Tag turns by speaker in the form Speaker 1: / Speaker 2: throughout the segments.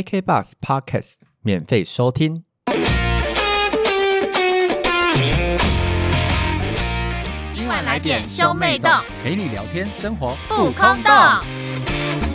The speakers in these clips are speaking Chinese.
Speaker 1: KKBox Podcast 免费收听。
Speaker 2: 今晚来点兄妹洞，
Speaker 1: 陪你聊天，生活
Speaker 2: 不空洞。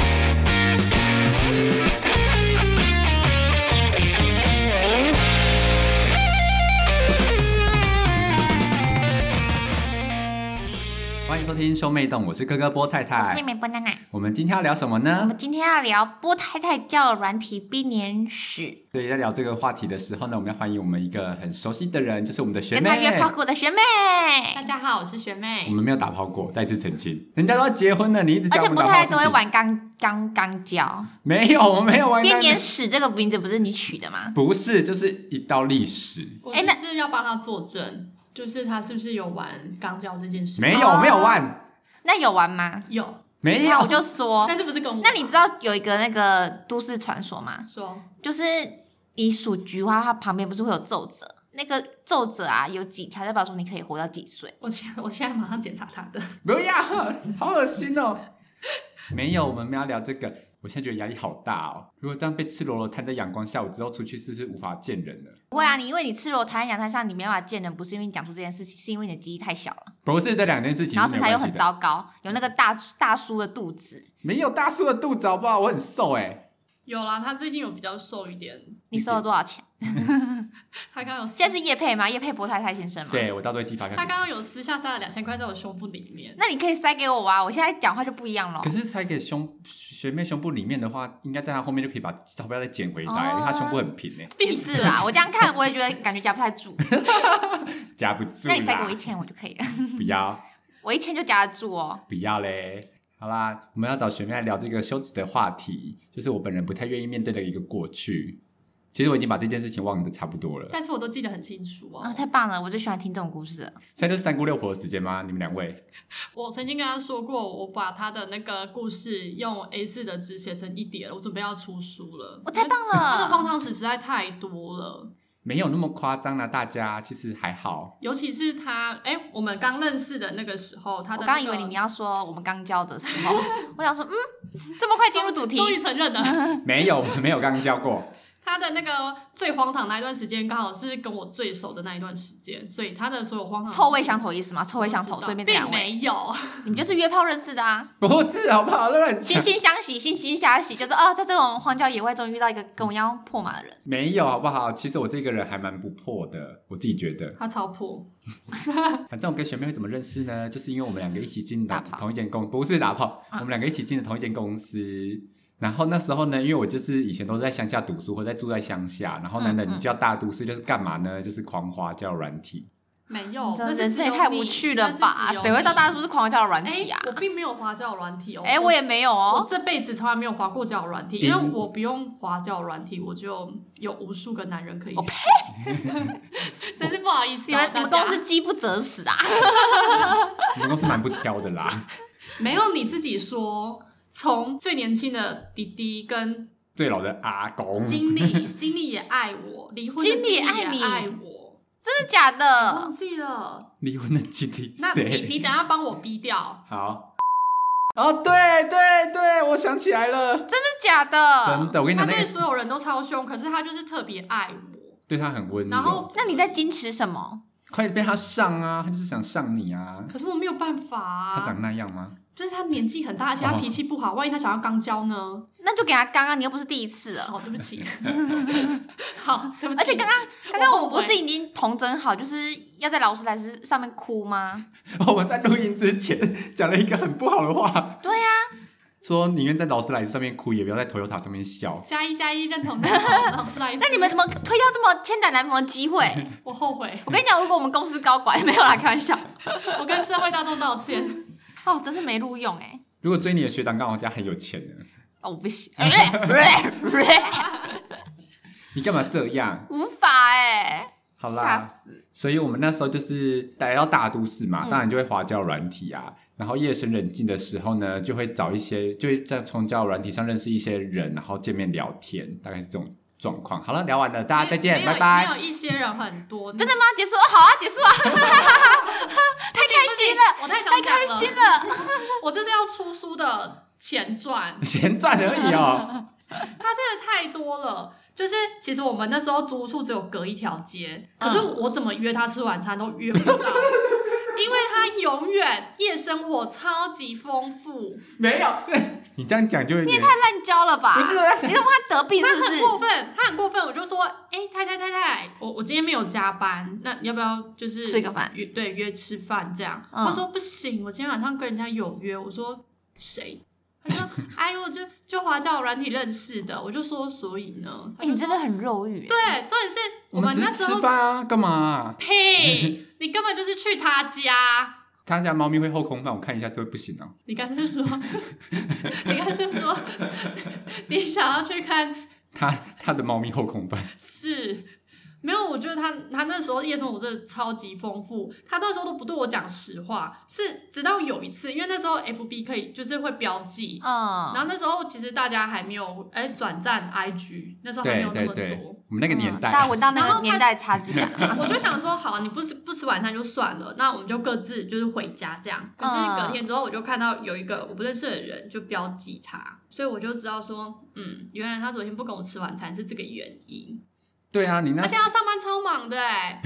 Speaker 1: 欢迎收听兄妹洞，我是哥哥波太
Speaker 2: 我是
Speaker 1: 太。
Speaker 2: 妹妹 banana。
Speaker 1: 我们今天要聊什么
Speaker 2: 我
Speaker 1: 呢？
Speaker 2: 们今天要聊波太太教软体必年史，
Speaker 1: 对，在聊这个话题的时候呢，我们要欢迎我们一个很熟悉的人，就是我们的学
Speaker 2: 跟
Speaker 1: 妹
Speaker 2: 她。约炮过的学妹。
Speaker 3: 大家好，我是学
Speaker 1: 我
Speaker 3: 妹。
Speaker 1: 们没有打炮过，再次澄清，人家都要结婚了，你一直
Speaker 2: 而
Speaker 1: 叫我
Speaker 2: 且
Speaker 1: 们
Speaker 2: 波
Speaker 1: 打
Speaker 2: 太
Speaker 1: 炮
Speaker 2: 太
Speaker 1: 事
Speaker 2: 都会
Speaker 1: 情
Speaker 2: 玩钢钢钢胶。
Speaker 1: 没有，我们没有玩
Speaker 2: 编年史这个名字不是你取的吗？
Speaker 1: 不是，就是一道历史。
Speaker 3: 我
Speaker 2: 哎
Speaker 3: 就
Speaker 2: 那
Speaker 3: 是要帮他作证，就是他是不是有玩钢交这件事？
Speaker 1: 没
Speaker 2: 哦
Speaker 1: 有，没有玩，那
Speaker 2: 那有玩吗？
Speaker 3: 有，
Speaker 1: 没有
Speaker 2: 那我。就说，
Speaker 3: 但是不是跟我？
Speaker 2: 那你知道有一个那个都市传说吗？
Speaker 3: 说
Speaker 2: 就是你数菊花，它旁边不是会有皱褶？那个皱褶啊，有几条代表说你可以活到几岁？
Speaker 3: 我现我现在马上检查他的。
Speaker 1: 不要，好恶心哦！没有，我们没有要聊这个。我现在觉得压力好大哦。如果这样被赤裸裸摊在阳光下，我之后出去是不是无法见人了？
Speaker 2: 不会啊，你因为你赤裸谈阳台上，你没办法见人，不是因为你讲出这件事情，是因为你的记忆太小了，
Speaker 1: 不是这两件事情
Speaker 2: 然后
Speaker 1: 是
Speaker 2: 身
Speaker 1: 没
Speaker 2: 材又
Speaker 1: 关系
Speaker 2: 很
Speaker 1: 的。
Speaker 2: 糟糕，有那个大大叔的肚子。
Speaker 1: 没有大叔的肚子好不好？我很瘦哎、
Speaker 3: 有啦，他最近有比较瘦一点。
Speaker 2: 你收了多少钱？
Speaker 3: 他刚刚有，
Speaker 2: 现在是叶配吗？叶配博太太先生吗？。
Speaker 1: 对我到时候会寄发
Speaker 3: 他
Speaker 1: 票。
Speaker 3: 刚刚有私下塞了两千块在我胸部里面。
Speaker 2: 那你可以塞给我啊！我现在讲话就不一样了
Speaker 1: 可。是塞给胸学妹胸部里面的话，应该在她后面就可以把钞票再捡回来，
Speaker 2: 哦
Speaker 1: 因为她胸部很平哎、
Speaker 2: 也是啦，啊我这样看我也觉得感觉夹不太 住。
Speaker 1: 夹不住
Speaker 2: 那
Speaker 1: 啦。
Speaker 2: 你塞给我一千我就可以了，
Speaker 1: 不要
Speaker 2: 我一千就夹得住哦。
Speaker 1: 不要嘞。好啦，我们要找学妹来聊这个羞耻的话题，就是我本人不太愿意面对的一个过去。其实我已经把这件事情忘得差不多了。
Speaker 3: 但是我都记得很清楚哦。
Speaker 2: 啊，太棒了！我最喜欢听这种故事了。
Speaker 1: 现在就是三姑六婆的时间吗？你们两位？
Speaker 3: 我曾经跟他说过，我把他的那个故事用 A 4的纸写成一叠了，我准备要出书了。
Speaker 2: 我哦太棒
Speaker 3: 他的
Speaker 2: 了！
Speaker 3: 泡汤纸实在太多了。
Speaker 1: 没有那么夸张啦，大家其实还好。
Speaker 3: 尤其是他，哎、我们刚认识的那个时候，他
Speaker 2: 我
Speaker 3: 的、
Speaker 2: 刚
Speaker 3: 那个、
Speaker 2: 刚以为你们要说我们刚交的时候，我想说，嗯，这么快进入主题，
Speaker 3: 终于承认了。
Speaker 1: 没有，我们没有刚刚教过。
Speaker 3: 他的那个最荒唐那一段时间，刚好是跟我最熟的那一段时间，所以他的所有荒唐
Speaker 2: 臭味相投意思吗？臭
Speaker 3: 我
Speaker 2: 味
Speaker 3: 都知道
Speaker 2: 相投，对面这
Speaker 3: 并
Speaker 2: 两位，
Speaker 3: 没有。
Speaker 2: 你们就是约炮认识的啊，
Speaker 1: 不是，好不好？乱
Speaker 2: 惺
Speaker 1: 讲。
Speaker 2: 惺相惜，惺惺相惜，就是啊，在这种荒郊野外中遇到一个跟我一样破马的人，
Speaker 1: 没有，好不好？其实我这个人还蛮不破的，我自己觉得。
Speaker 3: 他超破，
Speaker 1: 反正我跟学妹会怎么认识呢？就是因为我们两个一起进到
Speaker 2: 打炮
Speaker 1: 同一间公，不是打炮，我
Speaker 2: 啊
Speaker 1: 们两个一起进了同一间公司。然后那时候呢，因为我就是以前都是在乡下读书，或者在住在乡下，然后呢，
Speaker 2: 嗯
Speaker 1: 等
Speaker 2: 嗯
Speaker 1: 你就要大都市，就是干嘛呢？就是狂花叫软体。
Speaker 3: 没有。
Speaker 2: 这
Speaker 3: 但是
Speaker 2: 人
Speaker 3: 只
Speaker 2: 生
Speaker 3: 有
Speaker 2: 也太
Speaker 3: 你
Speaker 2: 无趣了吧？谁会到？大都市狂叫软
Speaker 3: 但是
Speaker 2: 体
Speaker 3: 只有你
Speaker 2: 啊
Speaker 3: 哎、？我并没有滑交友软体哦。
Speaker 2: 哎，我也没有
Speaker 3: 我
Speaker 2: 哦，
Speaker 3: 这辈子从来没有滑过交友软体，
Speaker 1: 嗯
Speaker 3: 因为我不用滑交友软体，我就有无数个男人可以
Speaker 2: 我
Speaker 3: 选。真是不好意思、
Speaker 2: 哦你
Speaker 3: 哦，
Speaker 2: 们你们公
Speaker 3: 大家
Speaker 2: 司饥不择食啊！
Speaker 1: 你们公司蛮不挑的啦，
Speaker 3: 没有你自己说，从最年轻的弟弟跟
Speaker 1: 最老的阿公。
Speaker 3: 经理，经理也爱我，离婚的
Speaker 2: 经理
Speaker 3: 也
Speaker 2: 爱你呃
Speaker 3: 爱我，
Speaker 2: 真的假的
Speaker 3: 忘？记了。
Speaker 1: 离婚的经历
Speaker 3: 那你
Speaker 1: 谁？
Speaker 3: 你等下帮我逼 掉，
Speaker 1: 好。哦，对对对，我想起来了，
Speaker 2: 真的假的？
Speaker 1: 真的，我跟你
Speaker 3: 呃他
Speaker 1: 讲，那个
Speaker 3: 对所有人都超凶，可是他就是特别爱我。
Speaker 1: 对他很温
Speaker 3: 然
Speaker 1: 柔
Speaker 3: 后，
Speaker 2: 嗯那你在矜持什么？
Speaker 1: 快被他上啊，他就是想上你啊。
Speaker 3: 可是我没有办法、
Speaker 1: 他长
Speaker 3: 啊，
Speaker 1: 那样吗？
Speaker 3: 就是他年纪很大，而且他
Speaker 1: 哦
Speaker 3: 脾气不好，万一他想要刚交呢？
Speaker 2: 那就给他刚刚，你又不是第一次了。
Speaker 3: 好，对 不起，好，对不起。
Speaker 2: 呃而且刚刚刚刚
Speaker 3: 我
Speaker 2: 我们
Speaker 3: 后
Speaker 2: 不
Speaker 3: 悔
Speaker 2: 是已经同整好，就是要在劳斯莱斯上面哭 吗？
Speaker 1: 我们在录音之前讲了一个很不好的话。
Speaker 2: 对啊
Speaker 1: 呀、说宁愿在劳斯莱斯上面哭，也不要在 Toyota 上面笑。
Speaker 3: 加一加一 认同，然后是来一次。
Speaker 2: 那你们怎么推掉这么千载难逢的机会？
Speaker 3: 我后悔，
Speaker 2: 我跟你讲，如果我们公司高管 没有啦，开玩笑，
Speaker 3: 我跟社会大众道歉。
Speaker 2: 哦，真是没录用哎、
Speaker 1: 如果追你的学长刚好家很有钱呢，
Speaker 2: 哦，我不 行，哎
Speaker 1: 你干嘛这样？
Speaker 2: 无法哎、
Speaker 1: 好
Speaker 2: 吓
Speaker 1: 啦，
Speaker 2: 死！
Speaker 1: 所以我们那时候就是来到大都市嘛，
Speaker 2: 嗯
Speaker 1: 当然就会滑交友软体啊。然后夜深人静的时候呢，就会找一些，就会在从交友软体上认识一些人，然后见面聊天，大概是这种状况。好了，聊完了，大家再见，
Speaker 3: 没有
Speaker 1: 拜拜。
Speaker 3: 没有一些人很多，
Speaker 2: 真的吗？结束、哦好啊，结束啊， 太开心了，，
Speaker 3: 我太想
Speaker 2: 太
Speaker 3: 讲
Speaker 2: 开
Speaker 3: 了
Speaker 2: 心了。
Speaker 3: 我这是要出书的前传
Speaker 1: ，闲赚而已哦。
Speaker 3: 它真的太多了。就是其实我们那时候租处只有隔一条街，
Speaker 2: 嗯
Speaker 3: 可是我怎么约他吃晚餐都约不到，因为他永远夜生活超级丰富。
Speaker 1: 没有， 你这样讲就有点
Speaker 2: 太烂交了吧？
Speaker 1: 不是我在
Speaker 2: 你怎么他得病
Speaker 3: 他
Speaker 2: 是不
Speaker 3: 很
Speaker 2: 是？
Speaker 3: 过分，他很过分，我就说，哎、太太太太，我我今天没有加班，那你要不要就是
Speaker 2: 吃个饭
Speaker 3: 约对约吃饭这样？
Speaker 2: 嗯
Speaker 3: 他说不行，我今天晚上跟人家有约。我说谁？他 说哎呦，就就华教软体认识的。我就说所以呢？他
Speaker 2: 哎、
Speaker 3: 就
Speaker 2: 你真的很肉欲。
Speaker 3: 对，，重点是
Speaker 1: 我
Speaker 3: 们
Speaker 1: 们只
Speaker 3: 那
Speaker 1: 是
Speaker 3: 时
Speaker 1: 吃
Speaker 3: 候
Speaker 1: 饭啊，干嘛啊？
Speaker 3: 呸，你根本就是去他家。
Speaker 1: 他家猫咪会后空翻，我看一下是会不行哦、
Speaker 3: 你刚才说， 你刚才说， 你想要去看
Speaker 1: 他他的猫咪后空翻，
Speaker 3: 是，没有，我觉得他他那时候夜生活真的超级丰富，他那时候都不对我讲实话，是直到有一次，因为那时候 FB 可以就是会标记，然
Speaker 2: 嗯，
Speaker 3: 后那时候其实大家还没有哎转战 IG，那时候还
Speaker 1: 对
Speaker 3: 没有那
Speaker 1: 对
Speaker 3: 么多。
Speaker 1: 对，我们那个年代
Speaker 2: 嗯大家
Speaker 1: 啊，
Speaker 2: 闻到
Speaker 3: 然
Speaker 2: 那
Speaker 3: 后
Speaker 2: 个
Speaker 3: 他
Speaker 2: 年代差距 感吗？
Speaker 3: 我就想说，好，啊你不吃不吃晚餐就算了，那我们就各自就是回家这样。可是隔天之后，我就看到有一个我不认识的人就标记他，所以我就知道说，嗯，原来他昨天不跟我吃晚餐是这个原因。
Speaker 1: 对啊，你那
Speaker 3: 而且他上班超忙的 哎、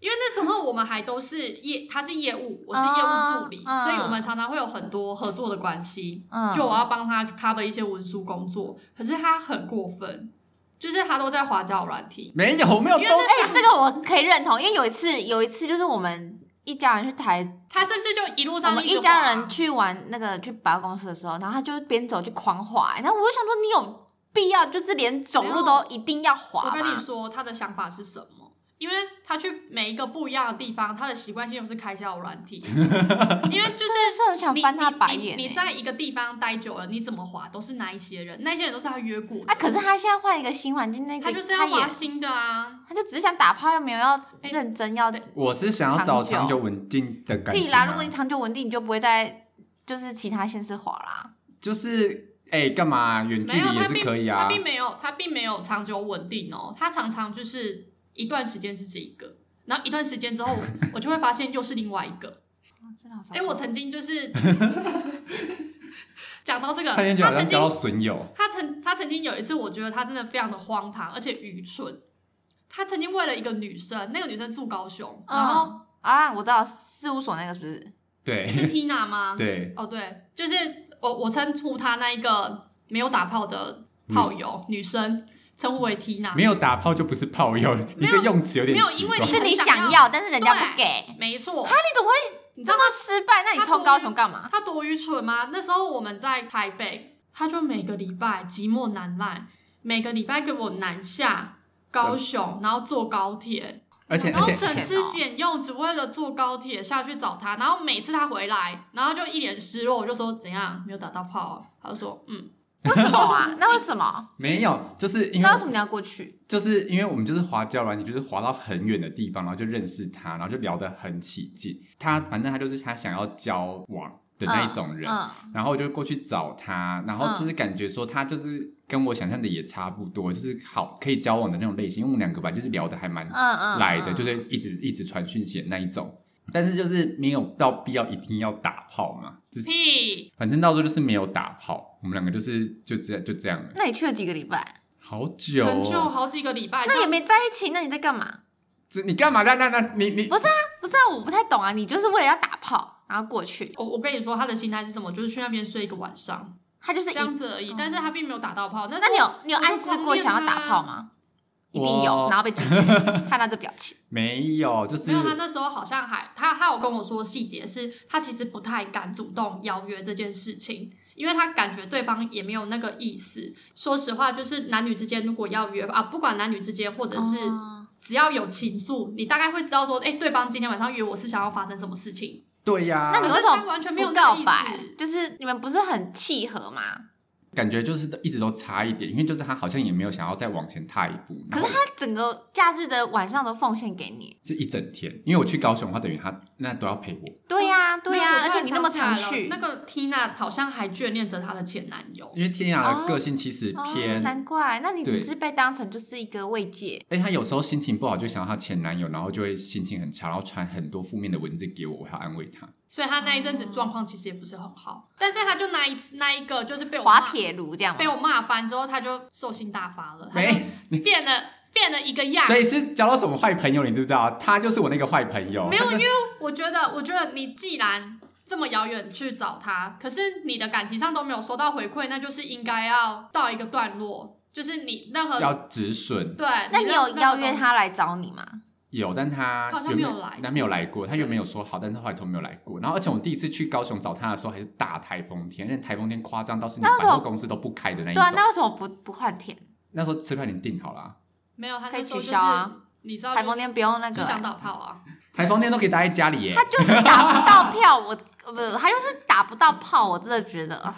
Speaker 3: 因为那时候我们还都是业，他是业务，我是业务助理，
Speaker 2: 嗯嗯
Speaker 3: 所以我们常常会有很多合作的关系。
Speaker 2: 嗯，
Speaker 3: 就我要帮他 cover 一些文书工作，可是他很过分，就是他都在华教软体，
Speaker 1: 没有没有
Speaker 3: 因为
Speaker 1: 都
Speaker 3: 那
Speaker 2: 哎、这个我可以认同，因为有一次，有一次就是我们一家人去台，
Speaker 3: 他是不是就一路
Speaker 2: 我
Speaker 3: 上
Speaker 2: 们
Speaker 3: 直
Speaker 2: 一家
Speaker 3: 滑
Speaker 2: 人去玩那个去百货公司的时候，然后他就边走就狂滑、欸然后我就想说，你有必要就是连走路都一定要滑
Speaker 3: 我跟你
Speaker 2: 吗？
Speaker 3: 说，他的想法是什么？因为他去每一个不一样的地方，他的习惯性就是开销软 体，因为就是
Speaker 2: 真的是很想
Speaker 3: 你
Speaker 2: 翻他
Speaker 3: 你
Speaker 2: 白
Speaker 3: 你
Speaker 2: 眼、
Speaker 3: 你
Speaker 2: 欸。
Speaker 3: 在一个地方待久了，你怎么滑都是那一些人，那些人都是他约过的
Speaker 2: 啊，可是他现在换一个新环境，那个
Speaker 3: 他就是要
Speaker 2: 也
Speaker 3: 滑新的啊。
Speaker 2: 他就只是想打炮，又没有要
Speaker 3: 哎
Speaker 2: 认真要的。
Speaker 1: 我是想要找
Speaker 2: 长久
Speaker 1: 长久稳定的感
Speaker 2: 屁
Speaker 1: 情、
Speaker 2: 啦！
Speaker 1: 啊。
Speaker 2: 如果你长久稳定，你就不会在就是其他县市滑啦。
Speaker 1: 就是哎，干、嘛远距
Speaker 3: 没有，
Speaker 1: 离也
Speaker 3: 他
Speaker 1: 是
Speaker 3: 并
Speaker 1: 可以
Speaker 3: 他
Speaker 1: 啊。
Speaker 3: 并没有，他并没有长久稳定哦。他常常就是一段时间是这一个，然后一段时间之 后，我就会发现又是另外一个。
Speaker 2: 啊真的好糟
Speaker 3: 哎、
Speaker 2: 糕
Speaker 3: 我曾经就是 讲到这个，
Speaker 1: 他现在就好
Speaker 3: 他
Speaker 1: 像
Speaker 3: 曾经
Speaker 1: 交到损友，
Speaker 3: 他曾他曾经有一次，我觉得他真的非常的荒唐，而且愚蠢。他曾经为了一个女生，那个女生住高雄，
Speaker 2: 嗯
Speaker 3: 然后
Speaker 2: 啊，我知道事务所那个是不是？
Speaker 1: 对
Speaker 3: 是 Tina 吗？，
Speaker 1: 对，
Speaker 3: 哦对，就是我我称呼她那一个没有打炮的炮友女生，称呼为 Tina。
Speaker 1: 没有打炮就不是炮友，你这用词有点
Speaker 3: 没有
Speaker 1: 奇
Speaker 3: 因为
Speaker 1: 怪
Speaker 3: 你
Speaker 2: 是你
Speaker 3: 很想
Speaker 2: 想
Speaker 3: 要
Speaker 2: 要，但是人家
Speaker 3: 对
Speaker 2: 不给。
Speaker 3: 没错，
Speaker 2: 他你怎么会
Speaker 3: 你知道
Speaker 2: 这么失败？那你
Speaker 3: 他
Speaker 2: 冲
Speaker 3: 故
Speaker 2: 高
Speaker 3: 意
Speaker 2: 雄干嘛？
Speaker 3: 他多愚蠢吗？那时候我们在台北，他就每个礼拜寂寞难耐，每个礼拜给我南下高雄，然后坐高铁，
Speaker 1: 而且
Speaker 3: 然
Speaker 1: 而
Speaker 3: 后
Speaker 1: 且
Speaker 3: 省
Speaker 2: 钱
Speaker 3: 吃
Speaker 2: 哦
Speaker 3: 俭用，只为了坐高铁下去找他。然后每次他回来，然后就一脸失落，我就说怎样没有打到炮、啊？他就说嗯，
Speaker 2: 为什么 啊？那为什么？
Speaker 1: 没有，就是因为
Speaker 2: 那为什么你要过去？
Speaker 1: 就是因为我们就是滑交软，你就是滑到很远的地方，然后就认识他，然后就聊得很起劲。他反正他就是他想要交往的那一种人，
Speaker 2: 嗯，
Speaker 1: 然后我就过去找他，然后就是感觉说他就是跟我想象的也差不多，就是好可以交往的那种类型。因为我们两个吧，就是聊得还蛮
Speaker 2: 嗯嗯嗯，
Speaker 1: 来的，
Speaker 2: 嗯
Speaker 1: 就是一直一直传讯息的那一种。但是就是没有到必要一定要打炮嘛，只是
Speaker 3: 屁，
Speaker 1: 反正到最后就是没有打炮，我们两个就是就这样就这样了，
Speaker 2: 那你去了几个礼拜？
Speaker 1: 好久、
Speaker 3: 很久
Speaker 1: 哦。
Speaker 3: 好几个礼拜，
Speaker 2: 那也
Speaker 3: 就
Speaker 2: 没在一起，那你在干嘛？
Speaker 1: 这你干嘛？那那那你你
Speaker 2: 不是啊，不是啊，我不太懂啊。你就是为了要打炮，然后过去，
Speaker 3: 我我跟你说他的心态是什么，就是去那边睡一个晚上
Speaker 2: 他就是
Speaker 3: 这
Speaker 2: 一。哦
Speaker 3: 样子而已，但是他并没有打到炮。那
Speaker 2: 那你有你有
Speaker 3: 我就
Speaker 2: 暗示
Speaker 3: 狂
Speaker 2: 过
Speaker 3: 恋
Speaker 2: 想要打
Speaker 3: 他
Speaker 2: 炮吗？一定有，
Speaker 1: 我
Speaker 2: 然后被拒 绝。看他这表 情，
Speaker 1: 没有，就是
Speaker 3: 没有，他那时候好像还他他有跟我说细节是，他其实不太敢主动邀约这件事情，因为他感觉对方也没有那个意思。说实话，就是男女之间如果要约啊，不管男女之间或者是
Speaker 2: 哦
Speaker 3: 只要有情愫，你大概会知道说，哎、对方今天晚上约我是想要发生什么事情。
Speaker 1: 对呀、
Speaker 2: 那你
Speaker 3: 可
Speaker 2: 为
Speaker 3: 是
Speaker 2: 什么
Speaker 3: 他完全没有
Speaker 2: 不
Speaker 3: 那
Speaker 2: 告
Speaker 3: 个意
Speaker 2: 白
Speaker 3: 思，
Speaker 2: 就是你们不是很契合吗？
Speaker 1: 感觉就是一直都差一点，因为就是他好像也没有想要再往前踏一步。然
Speaker 2: 可是
Speaker 1: 后
Speaker 2: 他整个假日的晚上都奉献给你。
Speaker 1: 是一整天，因为我去高雄的话，等于他那都要陪我，
Speaker 2: 对呀、对
Speaker 3: 哦没有
Speaker 2: 呀、
Speaker 3: 我
Speaker 2: 而
Speaker 3: 突
Speaker 2: 且
Speaker 3: 然
Speaker 2: 你那么
Speaker 3: 想起来
Speaker 2: 常
Speaker 3: 了
Speaker 2: 去，
Speaker 3: 那个 Tina 好像还眷恋着她的前男友。
Speaker 1: 因为天涯的个性其实
Speaker 2: 哦，
Speaker 1: 偏。
Speaker 2: 难怪，那你
Speaker 1: 对
Speaker 2: 只是被当成就是一个慰藉。
Speaker 1: 哎、她有时候心情不好就想到她前男友，然后就会心情很差，然后传很多负面的文字给我，我要安慰她。
Speaker 3: 所以他那一
Speaker 2: 嗯
Speaker 3: 阵子状况其实也不是很好，但是他就那一次那一个就是被我
Speaker 2: 滑
Speaker 3: 骂
Speaker 2: 铁卢这样吗
Speaker 3: 被我骂翻之后，他就兽性大发了，他就
Speaker 1: 没，
Speaker 3: 变了变了一个样。
Speaker 1: 所以是交到什么坏朋友，你知不知道？他就是我那个坏朋友。
Speaker 3: 没有，因为我觉得，我觉得你既然这么遥远去找他，可是你的感情上都没有收到回馈，那就是应该要到一个段落，就是你任何
Speaker 1: 叫止损
Speaker 3: 对，
Speaker 2: 那你有
Speaker 3: 任
Speaker 2: 邀约？
Speaker 3: 任何
Speaker 2: 他来找你吗？
Speaker 1: 有，但他
Speaker 3: 他好像
Speaker 1: 原
Speaker 3: 没有
Speaker 1: 本
Speaker 3: 来
Speaker 1: 他没有来过，他原本有说好，但是后来从没有来过。然后，而且我第一次去高雄找他的时候，还是大台风天，那台风天夸张到是你
Speaker 2: 那为什
Speaker 1: 百
Speaker 2: 么
Speaker 1: 货公司都不开的那一
Speaker 2: 对啊，
Speaker 1: 种。
Speaker 2: 那为什么不不换天？
Speaker 1: 那时候车票已经订好了啊，
Speaker 3: 没有，他
Speaker 2: 可以
Speaker 3: 那时候
Speaker 2: 取
Speaker 3: 就是
Speaker 2: 消啊
Speaker 3: 你知道
Speaker 2: 台风天不用那
Speaker 3: 就
Speaker 2: 个、欸
Speaker 3: 想打炮啊，
Speaker 1: 台风天都可以待在家里耶
Speaker 2: 他，就是打不到票，我呃不，他就是打不到炮，我真的觉得啊。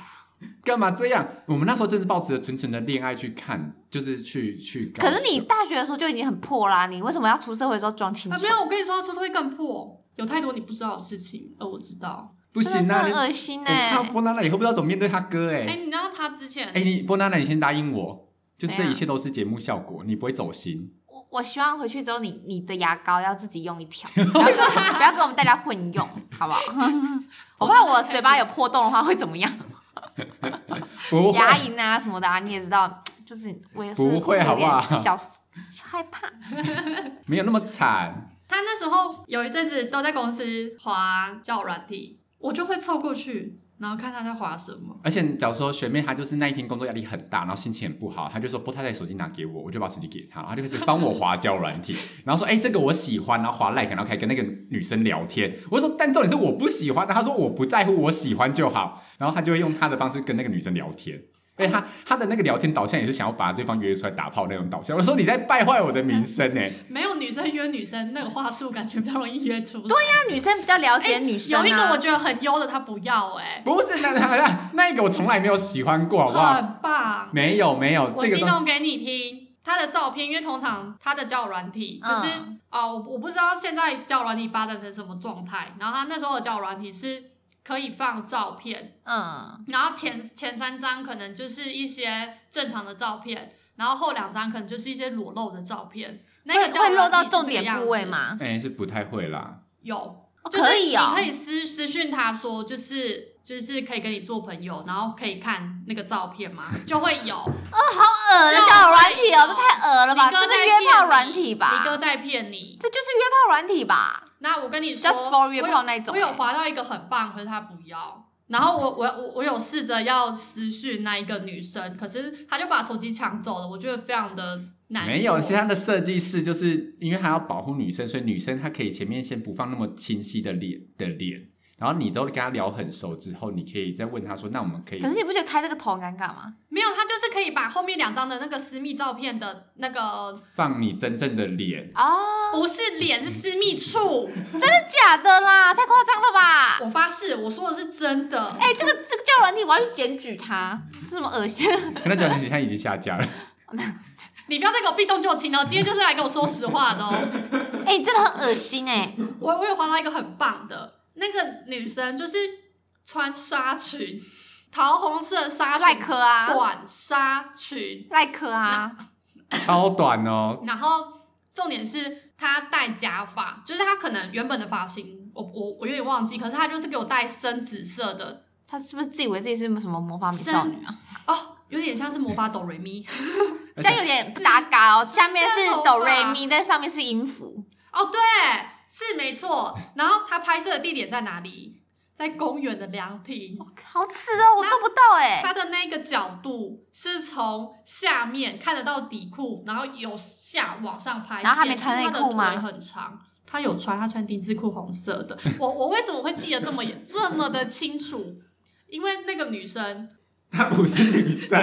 Speaker 1: 干嘛这样？我们那时候真是抱持着纯纯的恋爱去看，就是去去高
Speaker 2: 可
Speaker 1: 雄。
Speaker 2: 是你大学的时候就已经很破啦，你为什么要出社会的时候装清
Speaker 3: 啊
Speaker 2: 纯？
Speaker 3: 没有，我跟你说，出社会更破，有太多你不知道的事情，呃，我知道。
Speaker 1: 不
Speaker 2: 真
Speaker 1: 行
Speaker 2: 的
Speaker 1: 啊，
Speaker 2: 是
Speaker 1: 你
Speaker 2: 很恶心欸
Speaker 1: 我
Speaker 2: 呢、
Speaker 1: 看到波娜娜以后不知道怎么面对他哥哎、
Speaker 3: 哎、你知道他之前，
Speaker 1: 哎、你波娜娜，你先答应我，就
Speaker 2: 怎
Speaker 1: 这
Speaker 2: 样
Speaker 1: 一切都是节目效果，你不会走心。
Speaker 2: 我我希望回去之后你，你的牙膏要自己用一 条，不要跟不要跟我们大家混用，好不 好？我怕我嘴巴有破洞的话会怎么样？
Speaker 1: 不会，
Speaker 2: 牙龈啊什么的、啊，你也知道，就是我也是
Speaker 1: 不会
Speaker 2: 有
Speaker 1: 好不
Speaker 2: 点
Speaker 1: 好
Speaker 2: 小小害怕。
Speaker 1: 没有那么惨。
Speaker 3: 他那时候有一阵子都在公司滑交友软体，我就会凑过去，然后看他在滑什么。
Speaker 1: 而且假如说学妹她就是那一天工作压力很大，然后心情很不好，她就说波太太手机拿给我，我就把手机给她，然后她就开始帮我划交友软体，然后说哎、这个我喜欢，然后划 like，然后开始跟那个女生聊天。我就说但重点是我不喜欢，她说我不在乎，我喜欢就好。然后她就会用她的方式跟那个女生聊天。哎，她她的那个聊天导向也是想要把对方约出来打炮那种导向。我说你在败坏我的名声欸呢、
Speaker 3: 没有女生约女生那个话术，感觉比较容易约出来。
Speaker 2: 那女生比较了解
Speaker 3: 哎
Speaker 2: 女生、啊
Speaker 3: 有一个我觉得很优的，他不要哎、
Speaker 1: 不是那那那那个我从来没有喜欢过，好 不好？
Speaker 3: 很棒。
Speaker 1: 没有没有，
Speaker 3: 我
Speaker 1: 这个
Speaker 3: 形
Speaker 1: 东西
Speaker 3: 容给你听。他的照片，因为通常他的交友软体
Speaker 2: 嗯
Speaker 3: 就是啊、我我不知道现在交友软体发展成什么状态。然后他那时候的交友软体是可以放照片，
Speaker 2: 嗯，
Speaker 3: 然后前前三张可能就是一些正常的照片，然后后两张可能就是一些裸露的照片。那个
Speaker 2: 会
Speaker 3: 交友
Speaker 2: 会
Speaker 3: 软
Speaker 2: 漏
Speaker 3: 体
Speaker 2: 到
Speaker 3: 是
Speaker 2: 重
Speaker 3: 这个
Speaker 2: 点
Speaker 3: 样
Speaker 2: 部位
Speaker 3: 子？
Speaker 2: 吗？
Speaker 1: 哎、是不太会啦。
Speaker 3: 有，
Speaker 2: 哦
Speaker 3: 就是
Speaker 2: 可以哦
Speaker 3: 你，可以私私讯他说，就是就是可以跟你做朋友，然后可以看那个照片吗？就会有。
Speaker 2: 好恶的
Speaker 3: 就
Speaker 2: 交友软体哦，
Speaker 3: 可
Speaker 2: 这
Speaker 3: 以哦
Speaker 2: 太恶了吧？
Speaker 3: 你
Speaker 2: 这
Speaker 3: 哥在
Speaker 2: 是约
Speaker 3: 骗
Speaker 2: 炮
Speaker 3: 你
Speaker 2: 软体吧？
Speaker 3: 你哥在骗你。
Speaker 2: 这就是约炮软体吧？
Speaker 3: 那我跟你说
Speaker 2: Just for 约炮
Speaker 3: 我有
Speaker 2: 那种
Speaker 3: 我有
Speaker 2: 欸
Speaker 3: 划到一个很棒，可是他不要。然后我我我我有试着要私讯那一个女生，可是他就把手机抢走了，我觉得非常的难过。
Speaker 1: 没有，其实它的设计是就是因为它要保护女生，所以女生她可以前面先不放那么清晰的脸的脸，然后你之后跟她聊很熟之后，你可以再问她说，那我们可以
Speaker 2: 可是你不觉得开这个头很尴尬吗？
Speaker 3: 没有，他就是可以把后面两张的那个私密照片的那个
Speaker 1: 放你真正的脸，
Speaker 2: 哦，
Speaker 3: 不是脸是私密处，
Speaker 2: 真的假的啦？太夸张了吧？
Speaker 3: 我发誓，我说的是真的。
Speaker 2: 哎、这个这个交友软体，我要去检举他，是什么恶心？
Speaker 1: 可能觉得你看已经下架了，
Speaker 3: 你不要再给我避重就轻了，今天就是来跟我说实话的哦。
Speaker 2: 哎、你真的很恶心哎、
Speaker 3: 我我有滑到一个很棒的，那个女生就是穿纱裙，桃红色纱
Speaker 2: 赖
Speaker 3: 裙，
Speaker 2: 科啊，
Speaker 3: 短纱裙，
Speaker 2: 赖科啊，
Speaker 1: 超短哦，
Speaker 3: 然后重点是她戴假发，就是她可能原本的发型，我我我有点忘记，可是她就是给我戴深紫色的
Speaker 2: 他是不是自以为自己是什么魔法美少女啊？
Speaker 3: 哦，有点像是魔法哆瑞咪。
Speaker 1: 而
Speaker 2: 这
Speaker 1: 且
Speaker 2: 样有点不搭嘎哦，下面是哆瑞咪，但上面是音符。
Speaker 3: 哦，对，是没错。然后她拍摄的地点在哪里？在公园的凉亭。
Speaker 2: 好耻哦，我做不到哎、
Speaker 3: 它的那个角度是从下面看得到底裤，然后由下往上拍，
Speaker 2: 然后他没穿内
Speaker 3: 显示他
Speaker 2: 裤吗
Speaker 3: 的腿很长，他有穿，他穿丁字裤，红色的。我我为什么会记得这么严这么的清楚？因为那个女生
Speaker 1: 她不是女生，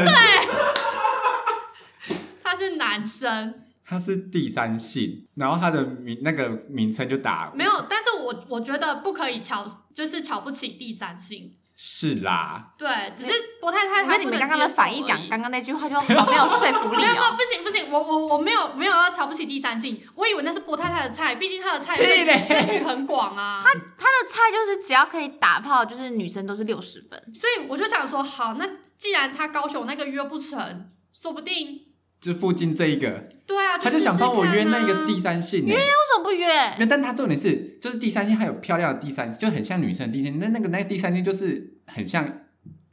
Speaker 3: 他是男生，
Speaker 1: 她是第三性，然后她的名那个名称就打
Speaker 3: 没有，但是我我觉得不可以瞧，就是瞧不起第三性。
Speaker 1: 是啦，
Speaker 3: 对，只是波太太
Speaker 2: 我觉
Speaker 3: 她
Speaker 2: 得你
Speaker 3: 不
Speaker 2: 们刚
Speaker 3: 能
Speaker 2: 刚的
Speaker 3: 接受
Speaker 2: 反应
Speaker 3: 而
Speaker 2: 讲
Speaker 3: 已
Speaker 2: 刚刚那句话就好欸没有说服力
Speaker 3: 没有没有
Speaker 2: 哦。
Speaker 3: 不行不行，我我我没有没有要瞧不起第三性，我以为那是波太太的菜，毕竟她的菜
Speaker 1: 屁嘞
Speaker 3: 那句很广啊，
Speaker 2: 他的菜就是只要可以打炮，就是女生都是六十分。
Speaker 3: 所以我就想说，好，那既然他高雄那个约不成，说不定
Speaker 1: 就附近这一个，
Speaker 3: 对啊，
Speaker 1: 他
Speaker 3: 就
Speaker 1: 就
Speaker 3: 试
Speaker 1: 想
Speaker 3: 试
Speaker 1: 帮我
Speaker 3: 看
Speaker 1: 约那
Speaker 3: 啊
Speaker 1: 个第三性、欸，
Speaker 2: 为什么不约
Speaker 1: 没？有，但他重点是，就是第三性还有漂亮的第三性，就很像女生的第三性，那那个那个第三性就是很像
Speaker 2: 怎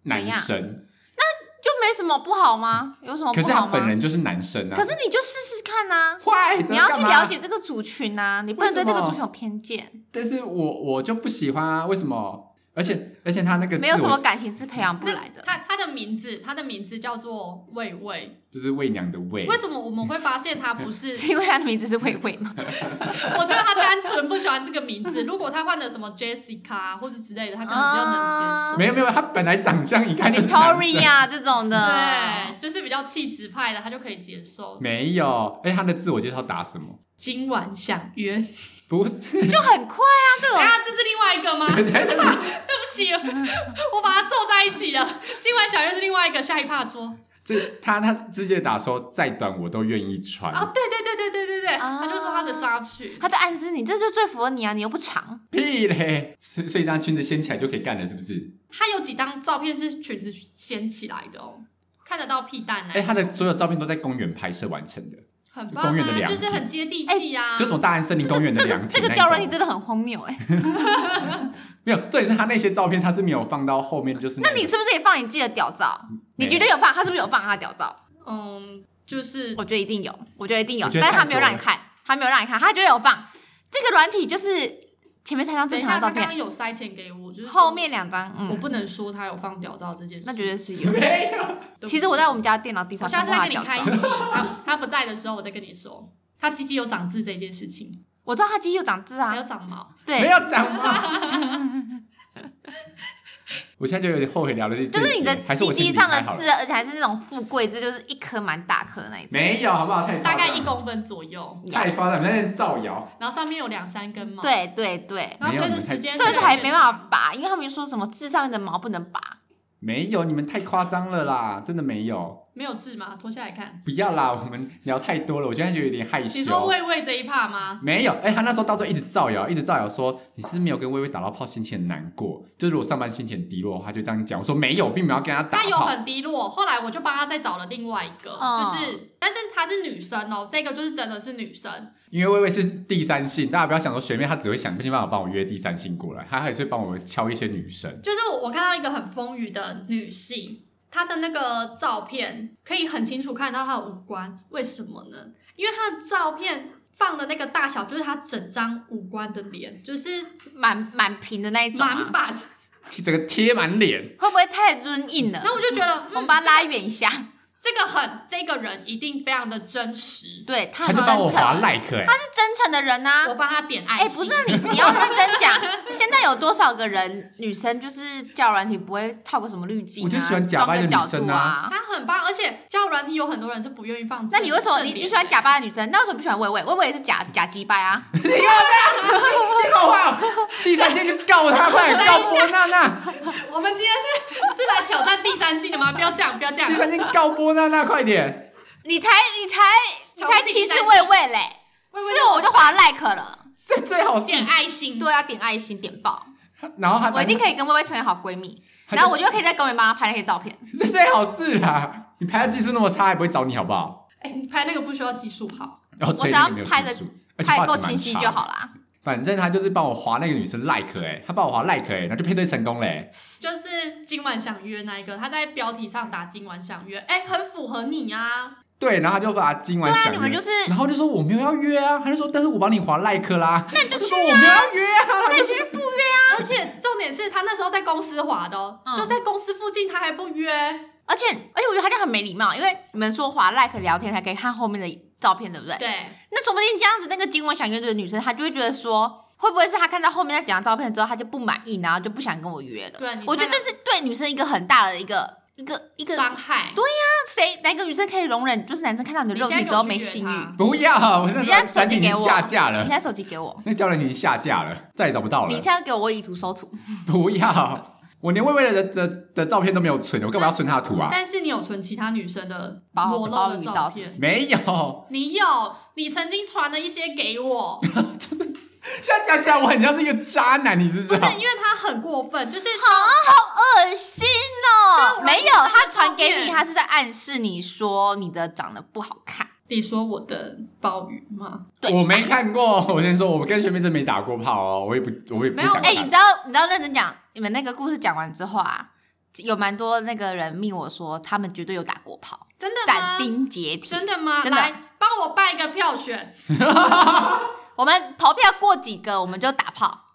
Speaker 1: 男
Speaker 2: 样
Speaker 1: 生，
Speaker 2: 就没什么不好吗？有什么
Speaker 1: 可
Speaker 2: 哦不
Speaker 1: 是
Speaker 2: 好
Speaker 1: 他
Speaker 2: 吗？
Speaker 1: 本人就是男生啊。
Speaker 2: 可是你就试试看呐、
Speaker 1: 坏，这
Speaker 2: 你要
Speaker 1: 干
Speaker 2: 去
Speaker 1: 嘛
Speaker 2: 了解这个族群呐、你不能对这个族群有偏见，
Speaker 1: 但是我我就不喜欢啊，为什么？而且而且他那个
Speaker 2: 没有
Speaker 1: 自
Speaker 2: 什
Speaker 1: 我
Speaker 2: 么感情是培养不
Speaker 3: 那
Speaker 2: 来的。
Speaker 3: 他他的名字，他的名字叫做魏魏。
Speaker 1: 就是喂娘的喂
Speaker 3: 为，什么我们会发现他不是？
Speaker 2: 是因为他的名字是慧慧吗？
Speaker 3: 我觉得他单纯不喜欢这个名字。如果他换了什么 Jessica 啊或是之类的，他可能比较能接受。
Speaker 1: 没有没有，他本来长相一看就是男生，
Speaker 2: Victoria 这种的，
Speaker 3: 对，就是比较气质派的，他就可以接受。
Speaker 1: 没有。哎，他的自我介绍打什么？
Speaker 3: 今晚想 约，
Speaker 1: 不是，
Speaker 2: 就很快啊，这种
Speaker 3: 哎呀，这是另外一个吗？对不起，我把它凑在一起了。今晚想约是另外一个，下一趴说。
Speaker 1: 这他他直接打说再短我都愿意穿，
Speaker 2: 哦
Speaker 3: 啊，对对对对对对对，
Speaker 2: 啊
Speaker 3: 他就说他的纱裙，
Speaker 2: 他在暗示你，这就最符合你啊，你又不长，
Speaker 1: 屁嘞！所以所以这样裙子掀起来就可以干了，是不是？
Speaker 3: 他有几张照片是裙子掀起来的哦，看得到屁蛋呢、
Speaker 1: 哎，他的所有照片都在公园拍摄完成的，
Speaker 3: 很
Speaker 1: 就
Speaker 3: 棒
Speaker 1: 公园的
Speaker 3: 啊，
Speaker 1: 凉
Speaker 3: 就是
Speaker 1: 亭
Speaker 3: 很接地气
Speaker 2: 哎
Speaker 3: 啊。
Speaker 1: 就什么大安森林公园的
Speaker 2: 这
Speaker 1: 凉
Speaker 2: 个
Speaker 1: 亭
Speaker 2: 这个
Speaker 1: 那一
Speaker 2: 交
Speaker 1: 种
Speaker 2: 友软体真的很荒谬 哎、
Speaker 1: 没有，重点是他那些照片他是没有放到后面，就是
Speaker 2: 那
Speaker 1: 个
Speaker 2: 你是不是也放你自己的屌照？
Speaker 1: 没
Speaker 2: 你
Speaker 1: 有
Speaker 2: 绝对有放，他是不是有放他的屌照？
Speaker 3: 嗯，就是
Speaker 2: 我觉得一定有，我觉得一定有，
Speaker 1: 我觉得
Speaker 2: 但是他
Speaker 1: 太
Speaker 2: 没有
Speaker 1: 多
Speaker 2: 让你看，他没有让你看，他觉得有放。这个软体就是前面三张
Speaker 3: 等
Speaker 2: 正
Speaker 3: 一
Speaker 2: 常
Speaker 3: 下，
Speaker 2: 的照
Speaker 3: 他刚刚
Speaker 2: 片，
Speaker 3: 有塞钱给我，就是说
Speaker 2: 后面两张，
Speaker 3: 我
Speaker 2: 嗯，
Speaker 3: 不能说他有放屌照这件事，
Speaker 2: 那绝对是有。
Speaker 1: 没有，
Speaker 3: 对不起
Speaker 2: 其实我在我们家的电脑地上
Speaker 3: 我下
Speaker 2: 看
Speaker 3: 次
Speaker 2: 过他的
Speaker 3: 再跟你
Speaker 2: 屌
Speaker 3: 开
Speaker 2: 照，
Speaker 3: 一集，他他不在的时候我再跟你说，他鸡鸡有长痣这件事情，
Speaker 2: 我知道他肌肉长痣
Speaker 3: 还有
Speaker 2: 啊，
Speaker 3: 长毛，
Speaker 1: 没
Speaker 2: 对，
Speaker 1: 有长 毛。我现在就有点后悔聊的是这
Speaker 2: 就
Speaker 1: 一集，
Speaker 2: 是你的
Speaker 1: 还是
Speaker 2: 鸡
Speaker 1: 我先
Speaker 2: 鸡
Speaker 1: 离
Speaker 2: 上的
Speaker 1: 开好了
Speaker 2: 痣，而且还是那种富贵痣，就是一颗蛮大颗的那一种。
Speaker 1: 没有，好不好？太夸
Speaker 3: 大
Speaker 1: 张
Speaker 3: 概一公分左右，
Speaker 1: 太夸张，你在那边造谣。
Speaker 3: 然后上面有两三根毛，，
Speaker 2: 对对对，
Speaker 3: 然后
Speaker 1: 没有你
Speaker 3: 随着
Speaker 1: 们太
Speaker 3: 时间，
Speaker 2: 这个是还没办法拔，因为他们说什么痣上面的毛不能拔。
Speaker 1: 没有，你们太夸张了啦，真的没有。
Speaker 3: 没有痣吗？脱下来看。
Speaker 1: 不要啦，我们聊太多了，我现在就有点害羞。
Speaker 3: 你说魏魏这一趴吗？
Speaker 1: 没有，哎、他那时候到最后一直造谣，一直造谣说你是没有跟微微打到炮，心情很难过。就是如果上班心情很低落的话，就这样讲。我说没有，并没有要跟他打
Speaker 3: 他有
Speaker 1: 炮。
Speaker 3: 很低落，后来我就帮他再找了另外一个，
Speaker 2: 嗯
Speaker 3: 就是，但是她是女生哦，这个就是真的是女生，
Speaker 1: 因为微微是第三性，大家不要想说学妹她只会想尽办法帮我约第三性过来，她还是会帮我敲一些女生。
Speaker 3: 就是我我看到一个很丰腴的女性，她的那个照片可以很清楚看到她的五官，为什么呢？因为她的照片放的那个大小就是她整张五官的脸，就是
Speaker 2: 满满屏的那一种、
Speaker 3: 满
Speaker 2: 啊，
Speaker 3: 版，
Speaker 1: 整个贴满脸，
Speaker 2: 会不会太尊硬了
Speaker 3: 然？后我就觉得，
Speaker 2: 我
Speaker 3: 嗯
Speaker 2: 们，把它拉远一下，
Speaker 3: 这个很，这个人一定非常的真实，
Speaker 2: 对他
Speaker 1: 她
Speaker 2: 很
Speaker 1: 就
Speaker 2: 真
Speaker 1: 帮我
Speaker 2: 诚，
Speaker 1: 划
Speaker 2: 他
Speaker 1: like 哎、
Speaker 2: 是真诚的人呐、
Speaker 3: 我
Speaker 2: 啊。
Speaker 3: 帮他点爱
Speaker 2: 哎、
Speaker 3: 心，
Speaker 2: 不是你，你要认真讲，现在有多少个人女生就是叫软体不会套个什么滤镜、啊，
Speaker 1: 我就喜欢假
Speaker 2: 装
Speaker 1: 扮
Speaker 2: 个
Speaker 1: 的
Speaker 2: 角
Speaker 1: 女生
Speaker 2: 度
Speaker 1: 啊
Speaker 2: 啊。
Speaker 3: 他很棒，而且交友软体有很多人是不愿意放正。
Speaker 2: 那你为什么你
Speaker 3: 正
Speaker 2: 你
Speaker 3: 脸
Speaker 2: 喜欢假扮的女生？那为什么不喜欢薇薇？薇薇也是假假鸡掰啊！
Speaker 1: 你好不好？第三性就告她，快点告波娜娜！
Speaker 3: 我们今天是是 来挑战第三性的吗？不要这样，不要这样
Speaker 1: 第。三性告波娜娜，快点！
Speaker 2: 你才你才你
Speaker 3: 瞧
Speaker 2: 才
Speaker 3: 不起
Speaker 2: 歧视
Speaker 3: 男生
Speaker 2: 薇薇嘞，是我就划 like 了。
Speaker 1: 这最好是，
Speaker 3: 点爱心，
Speaker 2: 对啊，点爱心点爆，
Speaker 1: 然后她
Speaker 2: 我一定可以跟薇薇成为好闺蜜，
Speaker 1: 她就
Speaker 2: 然后我就可以在公园帮她拍那些照片。
Speaker 1: 这最好是啦。你拍的技术那么差，还不会找你好不好？
Speaker 3: 哎、你拍那个不需要技术好，
Speaker 1: 哦，
Speaker 2: 我
Speaker 1: 对
Speaker 2: 只要
Speaker 1: 那个没有
Speaker 2: 拍
Speaker 1: 技
Speaker 2: 得
Speaker 1: 术而且
Speaker 2: 拍
Speaker 1: 画
Speaker 2: 得
Speaker 1: 质
Speaker 2: 够
Speaker 1: 蛮
Speaker 2: 清晰
Speaker 1: 差
Speaker 2: 就
Speaker 1: 的
Speaker 2: 好啦。
Speaker 1: 反正他就是帮我划那个女生 like 哎、他帮我划 like 哎、然后就配对成功嘞、
Speaker 3: 就是今晚想约那一个，他在标题上打今晚想约，哎、很符合你啊。
Speaker 1: 对，然后他就把今晚
Speaker 2: 对啊
Speaker 1: 想约
Speaker 2: 你们就是
Speaker 1: 然后就说我没有要约啊，他就说但是我帮你划 like 啦，那就说我没有要约啊，
Speaker 2: 啊那你去赴约啊！
Speaker 3: 而且重点是他那时候在公司滑的哦、
Speaker 2: 嗯
Speaker 3: 就在公司附近，他还不约，
Speaker 2: 而且而且我觉得他这样很没礼貌，因为你们说划 like 聊天才可以看后面的照片，对不对？
Speaker 3: 对，
Speaker 2: 那说不定这样子，那个今晚想约的女生，她就会觉得说。会不会是她看到后面那几张照片之后，她就不满意，然后就不想跟我约了？
Speaker 3: 对你
Speaker 2: 我觉得这
Speaker 3: 看
Speaker 2: 是对女生一个很大的一个一个一个。
Speaker 3: 伤害。
Speaker 2: 对谁哪个女生可以容忍？就是男生看到你的肉体之后没性欲，你
Speaker 1: 不要，我那
Speaker 2: 你现在
Speaker 1: 软体已经
Speaker 2: 手机给我
Speaker 1: 下架
Speaker 2: 现
Speaker 1: 了，
Speaker 2: 在手机给我，
Speaker 1: 那教练已经下架了，再也找不到
Speaker 2: 你
Speaker 1: 了
Speaker 2: 现，在给我我以图搜图。
Speaker 1: 不要。我连薇薇的的的的照片都没有存，我干嘛要存她的图啊？
Speaker 3: 但是你有存其他女生的
Speaker 2: 包
Speaker 3: 裸
Speaker 2: 包
Speaker 3: 露的
Speaker 2: 你
Speaker 3: 照
Speaker 2: 照是
Speaker 3: 片
Speaker 2: 不？
Speaker 1: 没有，
Speaker 3: 你有，你曾经传了一些给我，
Speaker 1: 这样讲起来我很像是一个渣男，你知不知
Speaker 3: 不是
Speaker 1: 道？
Speaker 3: 因为他很过分，就是
Speaker 2: 恶心
Speaker 3: 这
Speaker 2: 哦！
Speaker 3: 种
Speaker 2: 没有，
Speaker 3: 软体上
Speaker 2: 他
Speaker 3: 的
Speaker 2: 传
Speaker 3: 照
Speaker 2: 给
Speaker 3: 片
Speaker 2: 你，他是在暗示你说你的长得不好看。
Speaker 3: 你说我的鲍鱼吗？
Speaker 2: 对
Speaker 1: 我没看过，我先说，我跟学妹真没打过炮哦，我也不，我也不
Speaker 3: 没有
Speaker 1: 想看。
Speaker 2: 哎、你知道，你知道，认真讲，你们那个故事讲完之后啊，有蛮多那个人命我说，他们绝对有打过炮，
Speaker 3: 真的吗
Speaker 2: 斩？钉截铁。
Speaker 3: 真的吗？
Speaker 2: 真的
Speaker 3: 来帮我办一个票选，
Speaker 2: 我们投票过几个，我们就打炮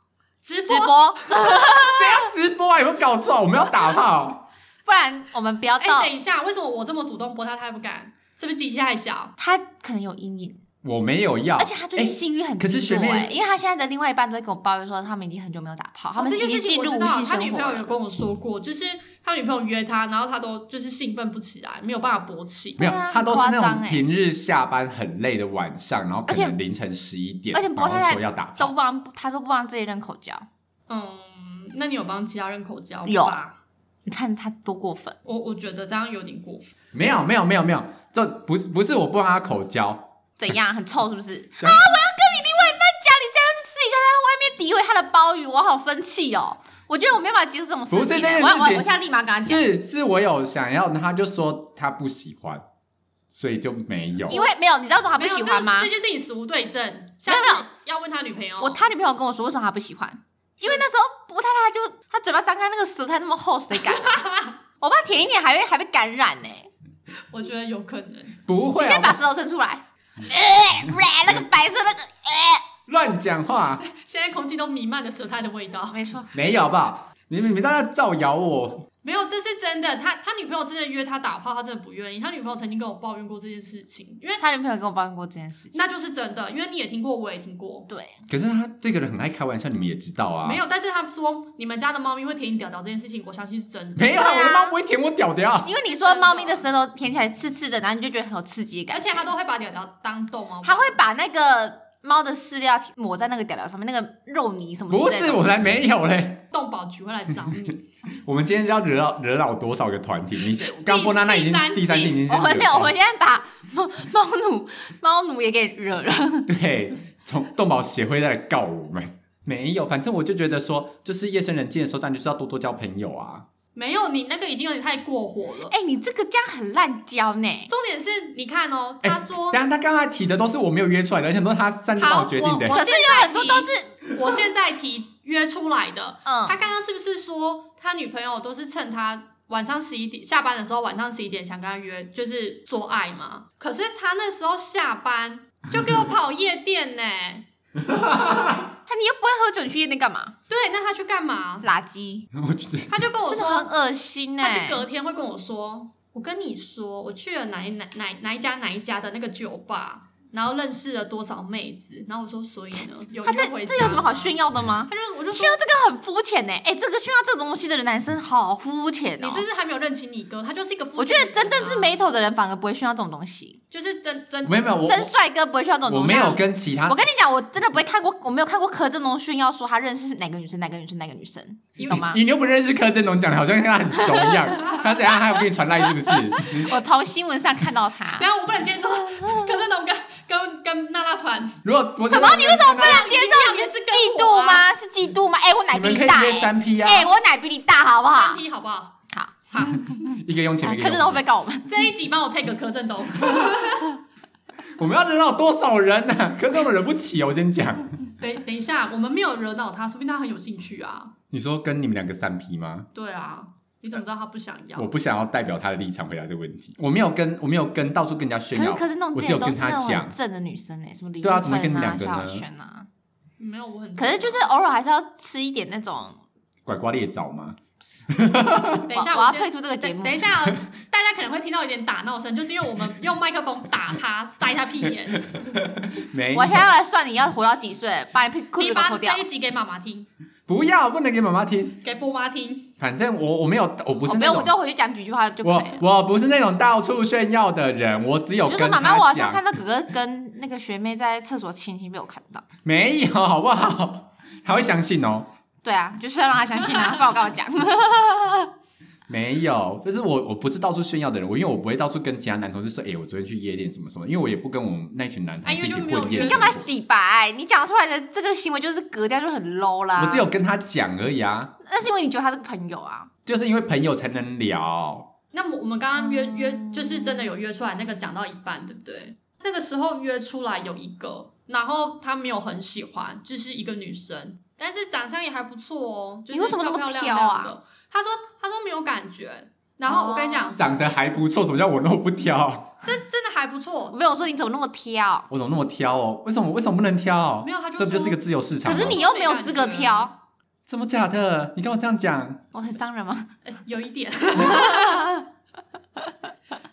Speaker 3: 直
Speaker 2: 直
Speaker 3: 播
Speaker 2: 播，
Speaker 1: 谁要直播啊？有没有搞错？我们要打炮，
Speaker 2: 不然我们不要
Speaker 3: 哎、
Speaker 2: 到。
Speaker 3: 等一下，为什么我这么主动播他，他还不敢？是不是鸡鸡太小？
Speaker 2: 他可能有阴影，
Speaker 1: 我没有要。
Speaker 2: 而且他最近
Speaker 1: 哎
Speaker 2: 性欲很低
Speaker 1: 可是学
Speaker 2: 落、
Speaker 1: 妹
Speaker 2: 哎，因为他现在的另外一半都会跟我抱怨说，他们已经很久没有打炮，他
Speaker 3: 哦
Speaker 2: 们
Speaker 3: 这
Speaker 2: 已
Speaker 3: 件
Speaker 2: 经
Speaker 3: 事
Speaker 2: 进
Speaker 3: 情我
Speaker 2: 入
Speaker 3: 知
Speaker 2: 无
Speaker 3: 道，
Speaker 2: 性
Speaker 3: 他女
Speaker 2: 生活
Speaker 3: 朋友有
Speaker 2: 了。
Speaker 3: 跟我说过，就是他女朋友约他，然后他都就是兴奋不起来，没有办法勃起。
Speaker 1: 没有
Speaker 2: 对啊，
Speaker 1: 他都是那
Speaker 2: 很夸张
Speaker 1: 种
Speaker 2: 欸
Speaker 1: 平日下班很累的晚上，然后可
Speaker 2: 而且
Speaker 1: 能凌晨十一点，
Speaker 2: 而且
Speaker 1: 然
Speaker 2: 不过
Speaker 1: 后
Speaker 2: 他在
Speaker 1: 说要打
Speaker 2: 都
Speaker 1: 炮，
Speaker 2: 不帮，他都不帮自己认口交。
Speaker 3: 嗯，那你有帮其他人口交
Speaker 2: 有
Speaker 3: 吧？
Speaker 2: 你看他多过分，
Speaker 3: 我我觉得这样有点过分。
Speaker 1: 没有没有没有没有，这不是不是我不让他口交，
Speaker 2: 怎样？很臭是不是？啊
Speaker 1: 对
Speaker 2: 另外一半家里这样子私底下在外面诋毁他的鲍鱼，我好生气哦！我觉得我没有办法接受这种事情。欸
Speaker 1: 不是这件
Speaker 2: 我
Speaker 1: 事情
Speaker 2: 我我现在立马跟他
Speaker 3: 哦
Speaker 2: 讲，
Speaker 1: 是是我有想要，他就说他不喜欢，所以就没有。
Speaker 2: 因为没有，你知道为什么他
Speaker 3: 没
Speaker 2: 啊不
Speaker 3: 有
Speaker 2: 喜欢吗
Speaker 3: 这？这件事情死无对证，下
Speaker 2: 没有
Speaker 3: 次要问他女朋友。
Speaker 2: 我他女朋友跟我说为什么他不喜欢，因为那时候不太太就他嘴巴张开那个舌苔那么厚，谁 敢啊？我怕舔一舔还会还被感染欸呢、
Speaker 3: 我觉得有可能。
Speaker 1: 不会
Speaker 2: 你先把
Speaker 1: 啊，
Speaker 2: 舌头伸出来，呃，那个白色那个，呃，
Speaker 1: 乱讲话，
Speaker 3: 现在空气都弥漫着舌苔的味道。
Speaker 2: 没错，
Speaker 1: 没有好不好？你们你们在那造谣我，
Speaker 3: 没有，这是真的。他他女朋友真的约他打炮，他真的不愿意。他女朋友曾经跟我抱怨过这件事情，因为
Speaker 2: 他女朋友跟我抱怨过这件事情。
Speaker 3: 那就是真的，因为你也听过，我也听过。
Speaker 2: 对，
Speaker 1: 可是他这个人很爱开玩笑，你们也知道啊。
Speaker 3: 没有，但是他说你们家的猫咪会舔你屌屌这件事情，我相信是真的。
Speaker 1: 没有啊，
Speaker 2: 对啊
Speaker 1: 我的猫不会舔我屌屌。啊
Speaker 2: 因为你
Speaker 3: 是
Speaker 2: 说
Speaker 3: 真的
Speaker 2: 猫咪的舌头舔起来刺刺的，然后你就觉得很有刺激的感
Speaker 3: 而
Speaker 2: 觉，
Speaker 3: 且他都会把屌屌当动哦，
Speaker 2: 他会把那个猫的饲料抹在那个屌屌上面，那个肉泥什么之
Speaker 1: 不
Speaker 2: 类的
Speaker 1: 是，我才没有嘞。
Speaker 3: 动保局会来找你。
Speaker 1: 我们今天要惹到惹扰多少个团体？你先刚波娜娜已经第
Speaker 3: 第
Speaker 1: 三性已经
Speaker 2: 我哦们没有，
Speaker 1: 惹
Speaker 2: 我
Speaker 1: 到
Speaker 2: 们现在把猫猫奴猫奴也给惹了。
Speaker 1: 对，从动保协会再来告我们。没有，反正我就觉得说，就是夜深人静的时候，但就是要多多交朋友啊。
Speaker 3: 没有，你那个已经有点太过火了。
Speaker 2: 哎、你这个这样很滥交呢。
Speaker 3: 重点是你看哦，
Speaker 1: 哎
Speaker 3: 他说、
Speaker 1: 但他刚才提的都是我没有约出来的，而且都是他擅自帮
Speaker 3: 好
Speaker 1: 我决定的
Speaker 3: 我。
Speaker 2: 可是有很多都是，
Speaker 3: 我现在提约出来的，
Speaker 2: 嗯
Speaker 3: 他刚刚是不是说他女朋友都是趁他晚上十一点下班的时候，晚上十一点想跟他约，就是做爱嘛？可是他那时候下 班就给我跑夜店呢、
Speaker 2: 他你又不会喝酒，你去夜店干嘛？
Speaker 3: 对，那他去干嘛？
Speaker 2: 垃圾，
Speaker 1: 我觉得
Speaker 3: 他就跟我
Speaker 2: 真的很
Speaker 3: 说，
Speaker 2: 恶心呢。
Speaker 3: 他就隔天会跟我说，我跟你说，我去了哪一哪哪哪一家哪一家的那个酒吧，然后认识了多少妹子，然后我说，所以呢，有
Speaker 2: 他
Speaker 3: 约
Speaker 2: 这
Speaker 3: 回
Speaker 2: 这有什么好
Speaker 3: 炫？
Speaker 2: 炫耀的吗？
Speaker 3: 他就我就说
Speaker 2: 炫。耀这个很肤浅呢。哎、这个炫耀这种东西的男生好肤浅哦。
Speaker 3: 你是不是还没有认清你哥？他就是一个肤浅
Speaker 2: 我觉得
Speaker 3: 的
Speaker 2: 真
Speaker 3: 人
Speaker 2: 正
Speaker 3: 啊
Speaker 2: 是没头的人反而不会炫耀这种东西，
Speaker 3: 就是真真
Speaker 1: 没有没有，我
Speaker 2: 真帅哥不会炫耀这种
Speaker 1: 我
Speaker 2: 东西。啊
Speaker 1: 没有跟其他
Speaker 2: 我跟你讲，我真的不会看过，我没有看过柯震东炫耀说他认识哪个女生、哪个女生、哪个女生，你懂吗？
Speaker 1: 你又不认识柯震东，讲的好像跟他很熟一样。他等一下还有给你传赖是不是？
Speaker 2: 我从新闻上看到他
Speaker 3: 等一。下我不能接受
Speaker 2: 嗯
Speaker 3: 柯震东跟跟跟娜娜传，
Speaker 1: 如果我
Speaker 2: 什么？你为什么不能接受？
Speaker 3: 你
Speaker 2: 你
Speaker 3: 们
Speaker 2: 是
Speaker 3: 是
Speaker 2: 嫉妒吗？是嫉妒吗？哎、我
Speaker 1: 啊
Speaker 2: 奶
Speaker 1: 你
Speaker 2: 比
Speaker 1: 们可以
Speaker 2: 大、
Speaker 1: 约
Speaker 2: 哎
Speaker 1: 三 P 啊，
Speaker 2: 哎、我奶比你大，好不好
Speaker 3: 三？P 好不好？
Speaker 2: 好，
Speaker 3: 好，
Speaker 1: 一个用前面，一
Speaker 2: 柯
Speaker 1: 个
Speaker 2: 震
Speaker 1: 用后
Speaker 2: 东会不会告我们？
Speaker 3: 这一集帮我 take 柯震东。
Speaker 1: 我们要惹到多少人呢、 可是我们惹不起哦，我先讲。
Speaker 3: 等等一下，我们没有惹恼他，说不定他很有兴趣啊。
Speaker 1: 你说跟你们两个三 P 吗？
Speaker 3: 对啊，你怎么知道他不想要
Speaker 1: 我？不想要代表他的立场回答这个问题。我没有跟，我没有跟到处跟人家炫
Speaker 2: 可是
Speaker 1: 耀。
Speaker 2: 柯震东
Speaker 1: 我
Speaker 2: 这
Speaker 1: 只有
Speaker 2: 些都
Speaker 1: 跟
Speaker 2: 是那
Speaker 1: 他
Speaker 2: 种很
Speaker 1: 讲，
Speaker 2: 正的女生哎、什么李
Speaker 1: 对啊
Speaker 2: 玉
Speaker 1: 怎么跟
Speaker 2: 芬
Speaker 1: 你两
Speaker 2: 啊、
Speaker 1: 个
Speaker 2: 萧亚
Speaker 1: 呢
Speaker 2: 轩啊，
Speaker 3: 没有，我很。
Speaker 2: 可是就是偶尔还是要吃一点那种。
Speaker 1: 拐瓜裂枣吗？
Speaker 3: 等一下，
Speaker 2: 我要
Speaker 3: 先
Speaker 2: 退出这个节目
Speaker 3: 等等一下 啊，大家可能会听到有点打闹声，就是因为我们用麦克风打他，塞他屁眼。
Speaker 1: 没有
Speaker 2: 我，现在要来算你要活到几岁，把你屁裤
Speaker 3: 你
Speaker 2: 子给我
Speaker 3: 把
Speaker 2: 脱掉
Speaker 3: 这。一集给妈妈听，
Speaker 1: 不要，不能给妈妈听。
Speaker 3: 给波妈听。
Speaker 1: 反正我我没有，我不
Speaker 2: 我
Speaker 1: 是
Speaker 2: 不
Speaker 1: 那
Speaker 2: 用，
Speaker 1: 种
Speaker 2: 哦我就回去讲几句话就可
Speaker 1: 我
Speaker 2: 以了。
Speaker 1: 我不是那种到处炫耀的人，我只有
Speaker 2: 我就说
Speaker 1: 跟
Speaker 2: 妈妈，我好
Speaker 1: 他
Speaker 2: 像
Speaker 1: 讲
Speaker 2: 看，到哥哥跟那个学妹在厕所亲亲，被我看到。
Speaker 1: 没有，好不好？他会相信哦。
Speaker 2: 对啊，就是要让他相信啊，不然我跟我讲。
Speaker 1: 没有，就是我我不是到处炫耀的人，我因为我不会到处跟其他男同事说，哎、我昨天去夜店什么什么，因为我也不跟我们那群男同事一起混夜
Speaker 3: 哎因为就没有
Speaker 1: 生活
Speaker 2: 你干嘛洗白？你讲出来的这个行为就是格调就很 low 啦。
Speaker 1: 我只有跟他讲而已啊，
Speaker 2: 那是因为你觉得他是个朋友啊。
Speaker 1: 就是因为朋友才能聊。
Speaker 3: 那么我们刚刚约
Speaker 2: 嗯
Speaker 3: 约，就是真的有约出来，那个讲到一半，对不对？那个时候约出来有一个，然后他没有很喜欢，就是一个女生，但是长相也还不错哦。就是、
Speaker 2: 你为什么那么
Speaker 3: 漂漂
Speaker 2: 挑
Speaker 3: 亮
Speaker 2: 啊哦
Speaker 3: 亮的？他说他说没有感觉，然后我跟你讲，
Speaker 1: 长得还不错，什么叫我那么不挑？
Speaker 3: 真真的还不
Speaker 2: 我
Speaker 3: 错。
Speaker 2: 没有说你怎么那么挑，
Speaker 1: 我怎么那么挑哦？为什么为什么不能挑？
Speaker 3: 没有他就
Speaker 1: 这不就
Speaker 3: 说
Speaker 1: 是一个自由市场
Speaker 2: 可
Speaker 1: 吗？
Speaker 2: 是你又没有资格挑，
Speaker 1: 怎么假的？你干嘛这样讲？
Speaker 2: 我很伤人吗？
Speaker 3: 呃有 一点。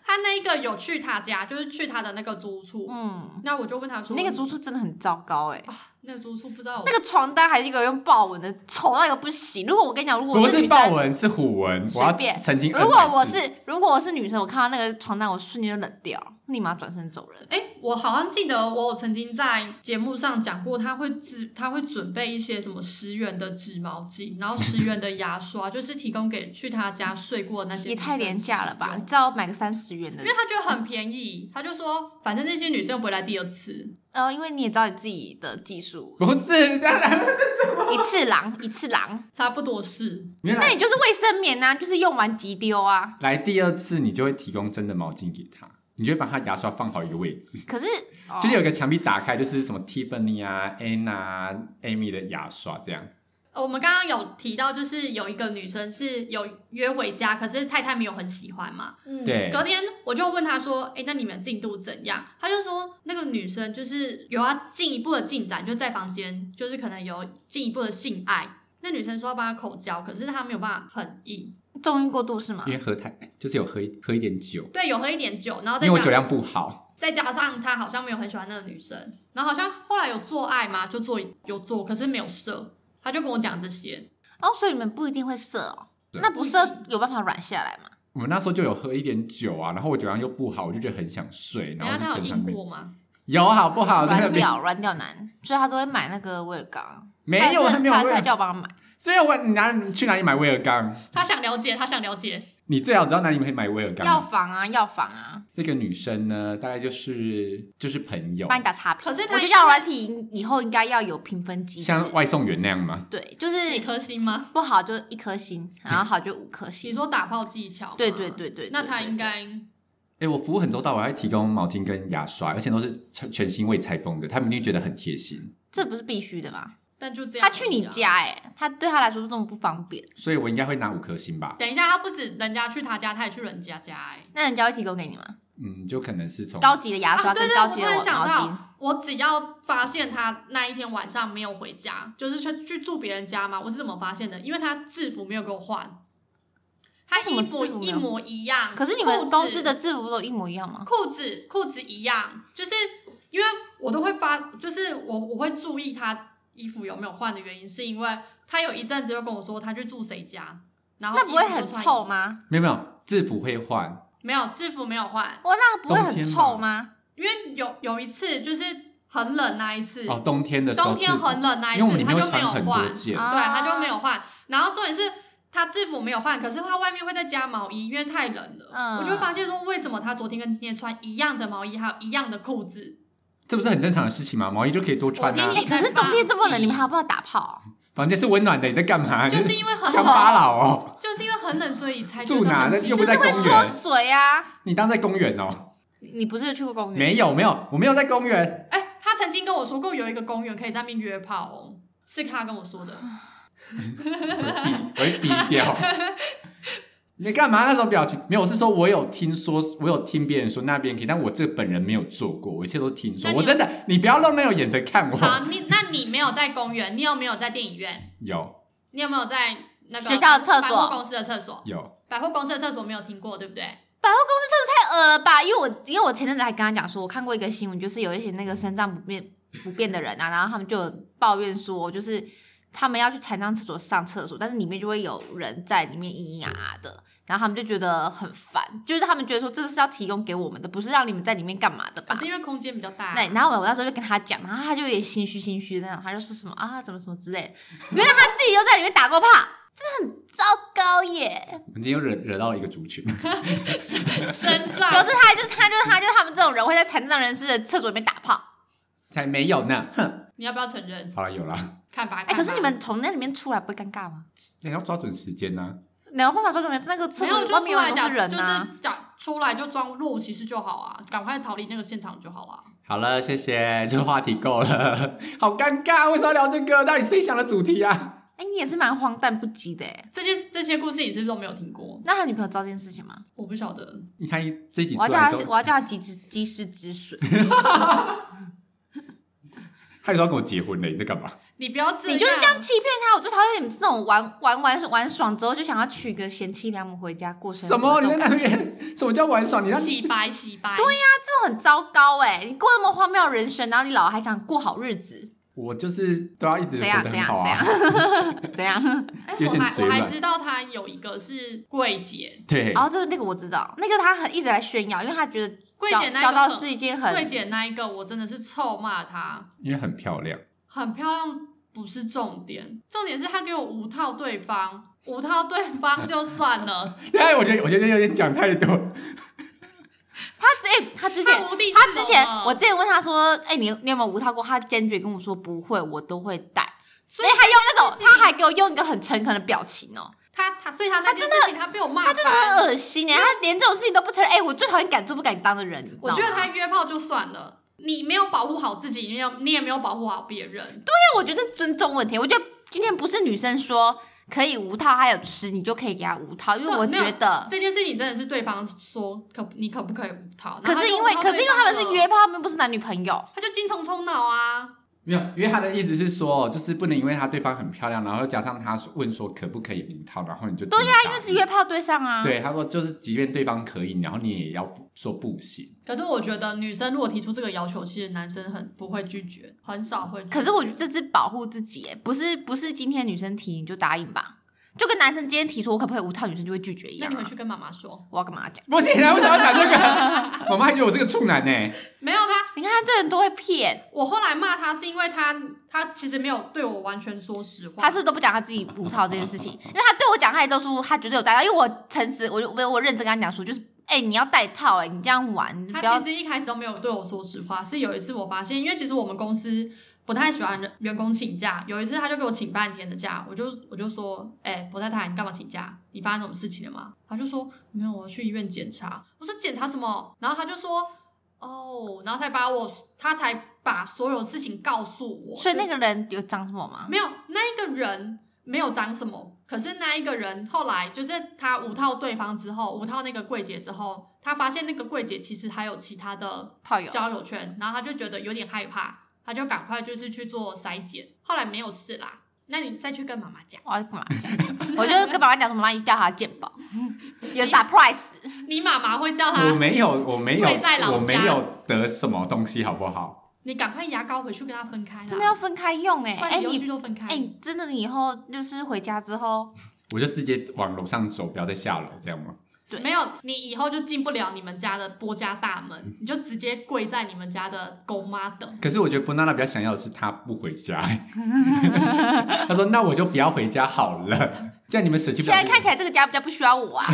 Speaker 3: 他那个有去他家，就是去他的那个租屋处。
Speaker 2: 嗯，
Speaker 3: 那我就问他说，哦
Speaker 2: 那个租处真的很糟糕哎、
Speaker 3: 那个租屋处不知道我
Speaker 2: 那个床单还是一个用豹纹的，丑到一个不行。如果我跟你讲，如果
Speaker 1: 不
Speaker 2: 我女
Speaker 1: 是豹
Speaker 2: 生，
Speaker 1: 纹，是虎纹。
Speaker 2: 随
Speaker 1: 我要
Speaker 2: 便
Speaker 1: 曾经
Speaker 2: 如果我是如果我是女生，我看到那个床单，我瞬间就冷掉，立马转身走人。
Speaker 3: 哎、我好像记得我有曾经在节目上讲过，他会自他会准备一些什么十元的纸毛巾，然后十元的牙刷，就是提供给去他家睡过的那 些
Speaker 2: 也太
Speaker 3: 女生
Speaker 2: 廉价了吧！
Speaker 3: 使
Speaker 2: 你
Speaker 3: 用
Speaker 2: 知道买个三十元的
Speaker 3: 因为，他觉得很便宜，他就说反正那些女生不会来第二次，
Speaker 2: 呃，因为你也知道你自己的技术，
Speaker 1: 不是，当然
Speaker 2: 一次狼一次狼，
Speaker 3: 差不多是。
Speaker 1: 原
Speaker 2: 那
Speaker 1: 来
Speaker 2: 你就是卫生棉啊，就是用完即丢啊。
Speaker 1: 来第二次，你就会提供真的毛巾给他，你就会把他牙刷放好一个位置。
Speaker 2: 可是，哦
Speaker 1: 就是有一个墙壁打开，就是什么 Tiffany 啊、Anna 啊、Amy 的牙刷这样。
Speaker 3: 呃我们刚刚有提到，就是有一个女生是有约回家，可是太太没有很喜欢嘛，
Speaker 2: 嗯
Speaker 1: 对，
Speaker 3: 隔天我就问他说：“哎、那你们进度怎样？”他就说那个女生就是有要进一步的进展，就在房间，就是可能有进一步的性爱。那女生说要帮他口交，可是他没有办法很
Speaker 2: 嗯
Speaker 3: 硬，
Speaker 2: 重欲过度是吗
Speaker 1: 因？为喝太，就是有喝一喝一点酒，
Speaker 2: 哦
Speaker 3: 对，有喝一点酒，然后再
Speaker 1: 因为我酒
Speaker 3: 加
Speaker 1: 量不好，
Speaker 3: 再加上他好像没有很喜欢那个女生，然后好像后来有做爱嘛，就做有做，可是没有射，他就跟我讲这些。
Speaker 2: 哦，所以你们不一定会射哦，
Speaker 1: 对
Speaker 2: 那不射有办法软下来吗？
Speaker 1: 我们那时候就有喝一点酒啊，然后我酒量又不好，我就觉得很想睡，
Speaker 3: 然后
Speaker 1: 然后
Speaker 3: 哎他
Speaker 1: 就
Speaker 3: 有
Speaker 1: 整场
Speaker 3: 硬
Speaker 1: 没
Speaker 3: 过吗？
Speaker 1: 有好不好？在那
Speaker 2: 软
Speaker 1: 边
Speaker 2: 掉软掉难，所以他都会买那个威尔刚。
Speaker 1: 没有，
Speaker 2: 他
Speaker 1: 没有
Speaker 2: 他
Speaker 1: 没
Speaker 2: 下来
Speaker 1: 有，
Speaker 2: 叫我帮他买，
Speaker 1: 所以我你哪你去哪里买威尔刚？
Speaker 3: 他想了解，他想了解。
Speaker 1: 你最好知道哪里可以买威尔
Speaker 2: 药
Speaker 1: 刚。
Speaker 2: 房啊药房啊，
Speaker 1: 这个女生呢，大概就是就是朋友
Speaker 2: 帮，你打差评。
Speaker 3: 可是他
Speaker 2: 我觉得要软体以后应该要有评分机制，
Speaker 1: 像外送员那样吗？
Speaker 2: 对，就是
Speaker 3: 几颗星吗？
Speaker 2: 不好就一颗星，然后好就五颗
Speaker 3: 你
Speaker 2: 星。
Speaker 3: 说打炮技巧吗？
Speaker 2: 对对对对，
Speaker 3: 那
Speaker 2: 对
Speaker 3: 他
Speaker 2: 对
Speaker 3: 应
Speaker 2: 对
Speaker 3: 该
Speaker 1: 哎、我服务很周到，我还提供毛巾跟牙刷，而且都是全全新未拆封的，他们一定觉得很贴心，
Speaker 2: 这不是必须的吗？
Speaker 3: 但就这样、啊
Speaker 2: 他去你。家哎，他对他来说这么不方便，
Speaker 1: 所以我应该会拿五颗星吧。
Speaker 3: 等一下，他不止人家去他家，他也去人家家哎、
Speaker 2: 那人家会提供给你吗？
Speaker 1: 嗯，就可能是从
Speaker 2: 高级的牙刷
Speaker 3: 哦啊对
Speaker 2: 跟
Speaker 3: 对，
Speaker 2: 高
Speaker 3: 我
Speaker 2: 级
Speaker 3: 突
Speaker 2: 的
Speaker 3: 然
Speaker 2: 毛
Speaker 3: 想
Speaker 2: 巾，
Speaker 3: 到，我只要发现他那一天晚上没有回家，就是去去住别人家嘛，我是怎么发现的？因为他制服没有给我换，他
Speaker 2: 为什么
Speaker 3: 衣服
Speaker 2: 制服没
Speaker 3: 一
Speaker 2: 有
Speaker 3: 模一样。
Speaker 2: 可是你们
Speaker 3: 裤子
Speaker 2: 公司的制服不都一模一样吗？
Speaker 3: 裤子裤子一样，就是因为我都会发，就是我我会注意他衣服有没有换的原因，是因为他有一阵子又跟我说他去住谁家，然后
Speaker 2: 那不会
Speaker 3: 衣服
Speaker 2: 很
Speaker 3: 就穿
Speaker 2: 臭吗？
Speaker 1: 没有没有制服会换，
Speaker 3: 没有制服没有换，
Speaker 2: 哇，那不会
Speaker 1: 冬
Speaker 2: 很
Speaker 1: 天
Speaker 2: 臭
Speaker 1: 吧
Speaker 2: 吗？
Speaker 3: 因为有有一次就是很冷那一次，
Speaker 1: 哦，冬天的时候
Speaker 3: 冬天
Speaker 1: 制服
Speaker 3: 很冷那一
Speaker 1: 因为我们里
Speaker 3: 次，他
Speaker 1: 面会
Speaker 3: 就没
Speaker 1: 穿
Speaker 3: 有
Speaker 1: 很
Speaker 3: 换
Speaker 1: 多，件，
Speaker 2: 啊
Speaker 3: 对，他就没有换。然后重点是他制服没有换，可是他外面会再加毛衣，因为太冷了。
Speaker 2: 嗯
Speaker 3: 我就发现说，为什么他昨天跟今天穿一样的毛衣，还有一样的裤 子？
Speaker 1: 这不是很正常的事情吗？毛衣就可以多穿
Speaker 3: 我
Speaker 1: 啊
Speaker 3: 天，
Speaker 2: 哎，
Speaker 3: 天
Speaker 2: 可是冬天这么冷，你们还要不要打炮啊？
Speaker 1: 房间是温暖的，你在干嘛？
Speaker 3: 就
Speaker 1: 你
Speaker 3: 是因为很
Speaker 1: 乡巴
Speaker 3: 冷，
Speaker 1: 佬哦，
Speaker 3: 就是因为很冷，所以才
Speaker 1: 住哪
Speaker 3: 觉得
Speaker 1: 那
Speaker 3: 很
Speaker 1: 又
Speaker 2: 就
Speaker 1: 不
Speaker 3: 就是
Speaker 1: 在
Speaker 3: 是
Speaker 1: 公
Speaker 2: 会缩
Speaker 1: 园
Speaker 2: 水啊！
Speaker 1: 你当在公园哦？
Speaker 2: 你不是有去过公园？
Speaker 1: 没有没有，我没有在公园，
Speaker 3: 哎、他曾经跟我说过，有一个公园可以在那边约炮哦，是他跟我说的。
Speaker 1: 我会逼我会逼掉。 你干嘛那种表情？没有，我是说我有听说，我有听别人说那边可以，但我这本人没有做过，我一切都听说。
Speaker 3: 那你
Speaker 1: 我真的，你不要用那种眼神看我。
Speaker 3: 好，你那你没有在公园，你有没有在电影院？
Speaker 1: 有
Speaker 3: 你有没有在那个
Speaker 2: 学校的厕所
Speaker 3: 百货公司的厕所，
Speaker 1: 有，
Speaker 3: 百货公司的厕所没有听过，对不对？
Speaker 2: 百货公司真的太恶了呃吧？因为我因为我前阵子还跟他讲说，我看过一个新闻，就是有一些那个肾脏不变不变的人啊，然后他们就有抱怨说，就是他们要去残障厕所上厕所，但是里面就会有人在里面咿咿呀呀的，然后他们就觉得很烦，就是他们觉得说这是要提供给我们的，不是让你们在里面干嘛的吧
Speaker 3: 可是？因为空间比较大，
Speaker 2: 对，然后我我那时候就跟他讲，然后他就有点心虚心虚的那种，他就说什么啊怎么怎么之类的，原来他自己又在里面打过炮，真的很糟糕耶。
Speaker 1: 我们今天又惹惹到了一个族群，
Speaker 3: 生长
Speaker 2: 可是他就是他就是他就是他们这种人会在残障人士的厕所里面打炮，
Speaker 1: 才没有 呢。哼，
Speaker 3: 你要不要承认？
Speaker 1: 好了，有了，
Speaker 3: 看吧。
Speaker 2: 哎、
Speaker 3: 看
Speaker 2: 可
Speaker 3: 吧
Speaker 2: 是你们从那里面出来不会尴尬吗？
Speaker 1: 你哎要抓准时间呢、
Speaker 2: 哪有办法说准备那个厕
Speaker 3: 没有
Speaker 2: 所
Speaker 3: 就
Speaker 2: 外
Speaker 3: 出
Speaker 2: 面有
Speaker 3: 来
Speaker 2: 很多
Speaker 3: 讲，
Speaker 2: 是人啊
Speaker 3: 就
Speaker 2: 呐、
Speaker 3: 是讲出来就装若无其事就好啊，赶快逃离那个现场就好啊了。
Speaker 1: 好了，谢谢，这个话题够了， 好尴尬，为什么要聊这个？到底谁想的主题啊？
Speaker 2: 哎、你也是蛮荒诞不羁的哎。
Speaker 3: 这些这些故事你是不是都没有听过？
Speaker 2: 那他女朋友知道这件事情吗？
Speaker 3: 我不晓得，
Speaker 1: 你看这一集出
Speaker 2: 我要叫
Speaker 1: 来
Speaker 2: 他
Speaker 1: 之，后，
Speaker 2: 我要叫他及时及时止 损。
Speaker 1: 他有说要跟我结婚嘞，你在干嘛？
Speaker 3: 你不要这
Speaker 2: 你就是这样欺骗他，我最讨厌你们这种玩玩玩玩爽之后就想要娶个贤妻良母回家过生活。
Speaker 1: 什么？
Speaker 2: 这
Speaker 1: 你
Speaker 2: 种
Speaker 1: 在那
Speaker 2: 感觉
Speaker 1: 边？ 什么叫玩耍？你让
Speaker 3: 洗白洗白。
Speaker 2: 对呀、这种很糟糕哎！你过那么荒谬的人生，然后你老了还想过好日子，
Speaker 1: 我就是都要一直
Speaker 2: 怎
Speaker 1: 活
Speaker 2: 样
Speaker 1: 得
Speaker 2: 怎
Speaker 1: 很
Speaker 2: 样
Speaker 1: 好
Speaker 2: 怎
Speaker 1: 啊。
Speaker 2: 样怎样？
Speaker 3: 哎
Speaker 1: 有
Speaker 3: 我
Speaker 1: 点
Speaker 3: 还
Speaker 1: 嘴
Speaker 3: 我还
Speaker 1: 软
Speaker 3: 知道他有一个是柜 姐，
Speaker 1: 对，
Speaker 2: 然后哦就是那个我知道，那个他很一直来炫耀，因为他觉得
Speaker 3: 柜
Speaker 2: 交
Speaker 3: 姐那一
Speaker 2: 交
Speaker 3: 个
Speaker 2: 到
Speaker 3: 很
Speaker 2: 是一件
Speaker 3: 柜
Speaker 2: 很
Speaker 3: 姐那一个我真的是臭骂她，
Speaker 1: 因为很漂亮。
Speaker 3: 很漂亮不是重点，重点是她给我无套对方，无套对方就 算了，
Speaker 1: 哎，我觉得我觉得有点讲太多。
Speaker 2: 他之哎、他之前
Speaker 3: 她无地
Speaker 2: 他
Speaker 3: 自
Speaker 2: 之
Speaker 3: 容
Speaker 2: 前
Speaker 3: 了
Speaker 2: 我之前问他说，哎、你你有没有无套过？他坚决跟我说不会，我都会戴。所
Speaker 3: 所
Speaker 2: 以
Speaker 3: 以
Speaker 2: 他用那种，他还给我用一个很诚恳的表情哦、
Speaker 3: 她她所以她那件事情她被我骂
Speaker 2: 他真的
Speaker 3: 翻
Speaker 2: 很恶心哎、他连这种事情都不承认。哎、我最讨厌敢做不敢当的人，你知道
Speaker 3: 我
Speaker 2: 吗
Speaker 3: 觉得他约炮就算了，你没有保护好自己，你没有你也没有保护好别人。
Speaker 2: 但我觉得这是尊重问题。我觉得今天不是女生说可以无套，还有吃，你就可以给他无套，因为
Speaker 3: 这
Speaker 2: 我
Speaker 3: 没有
Speaker 2: 觉得。
Speaker 3: 这件事情真的是对方说可你可不可以无套？
Speaker 2: 可是因为，可是因为他们是约，炮，他们不是男女朋友。
Speaker 3: 他就精虫充脑啊。
Speaker 1: 没有，因为他的意思是说，就是不能因为他对方很漂亮，然后加上他问说可不可以一套，然后你就
Speaker 2: 对
Speaker 1: 呀、
Speaker 2: 他因为是约炮对象啊。
Speaker 1: 对，他说就是，即便对方可以，然后你也要说不行。
Speaker 3: 可是我觉得女生如果提出这个要求，其实男生很不会拒绝，很少会拒绝。
Speaker 2: 可是我觉得这是保护自己，哎，不是不是今天女生提你就答应吧，就跟男生今天提出我可不可以无套，女生就会拒绝一
Speaker 3: 那
Speaker 2: 样啊、
Speaker 3: 你回去跟妈妈说，
Speaker 2: 我要干嘛讲？
Speaker 1: 不行啊，为什么要讲这个？ 妈妈还觉得我是个处男呢、
Speaker 3: 没有他，
Speaker 2: 你看他这人都会骗，
Speaker 3: 我后来骂他是因为他他其实没有对我完全说实话，
Speaker 2: 他是不是都不讲他自己无套这件事情，因为他对我讲，他也都说他绝对有戴套，因为我诚实，我就我我认真跟他讲说，就是哎、你要戴套哎、你这样玩，你不
Speaker 3: 他
Speaker 2: 要
Speaker 3: 其实一开始都没有对我说实话，是有一次我发现，因为其实我们公司不太喜欢人员工请假，有一次他就给我请半天的假，我就我就说，哎、不太太，你干嘛请假？你发生什么事情了吗？他就说没有，我要去医院检查。我说检查什么？然后他就说哦，然后才把我他才把所有事情告诉我，
Speaker 2: 所以那
Speaker 3: 就是
Speaker 2: 个人有长什么吗？
Speaker 3: 没有那一个人没有长什么，可是那一个人后来就是他五套对方之后，五套那个柜姐之后，他发现那个柜姐其实还有其他的
Speaker 2: 炮友，
Speaker 3: 交友圈，然后他就觉得有点害怕，他就赶快就是去做筛检，后来没有事啦。那你再去跟妈妈讲，
Speaker 2: 我要干嘛讲？我就跟爸爸讲说，妈妈一定要他鉴 宝，有 surprise，
Speaker 3: 你妈妈会叫
Speaker 1: 我
Speaker 2: 啊
Speaker 3: 他，
Speaker 1: 没有，我没有
Speaker 3: 贵在，老家
Speaker 1: 我没有得什么东西，好不好？
Speaker 3: 你赶快牙膏回去跟他分开啦，
Speaker 2: 真的要分开用哎、
Speaker 3: 换
Speaker 2: 哎、
Speaker 3: 洗用
Speaker 2: 你
Speaker 3: 具都分开。
Speaker 2: 哎、你真的你以后就是回家之后。
Speaker 1: 我就直接往楼上走，不要再下楼，这样吗？
Speaker 2: 对
Speaker 3: 没有，你以后就进不了你们家的波家大门，你就直接跪在你们家的狗妈等。
Speaker 1: 可是我觉得波娜娜比较想要的是她不回家、 她说：“那我就不要回家好了，这样你们省去不
Speaker 2: 现
Speaker 1: 了
Speaker 2: 在
Speaker 1: 这个
Speaker 2: 看起来这个家比较不需要我啊。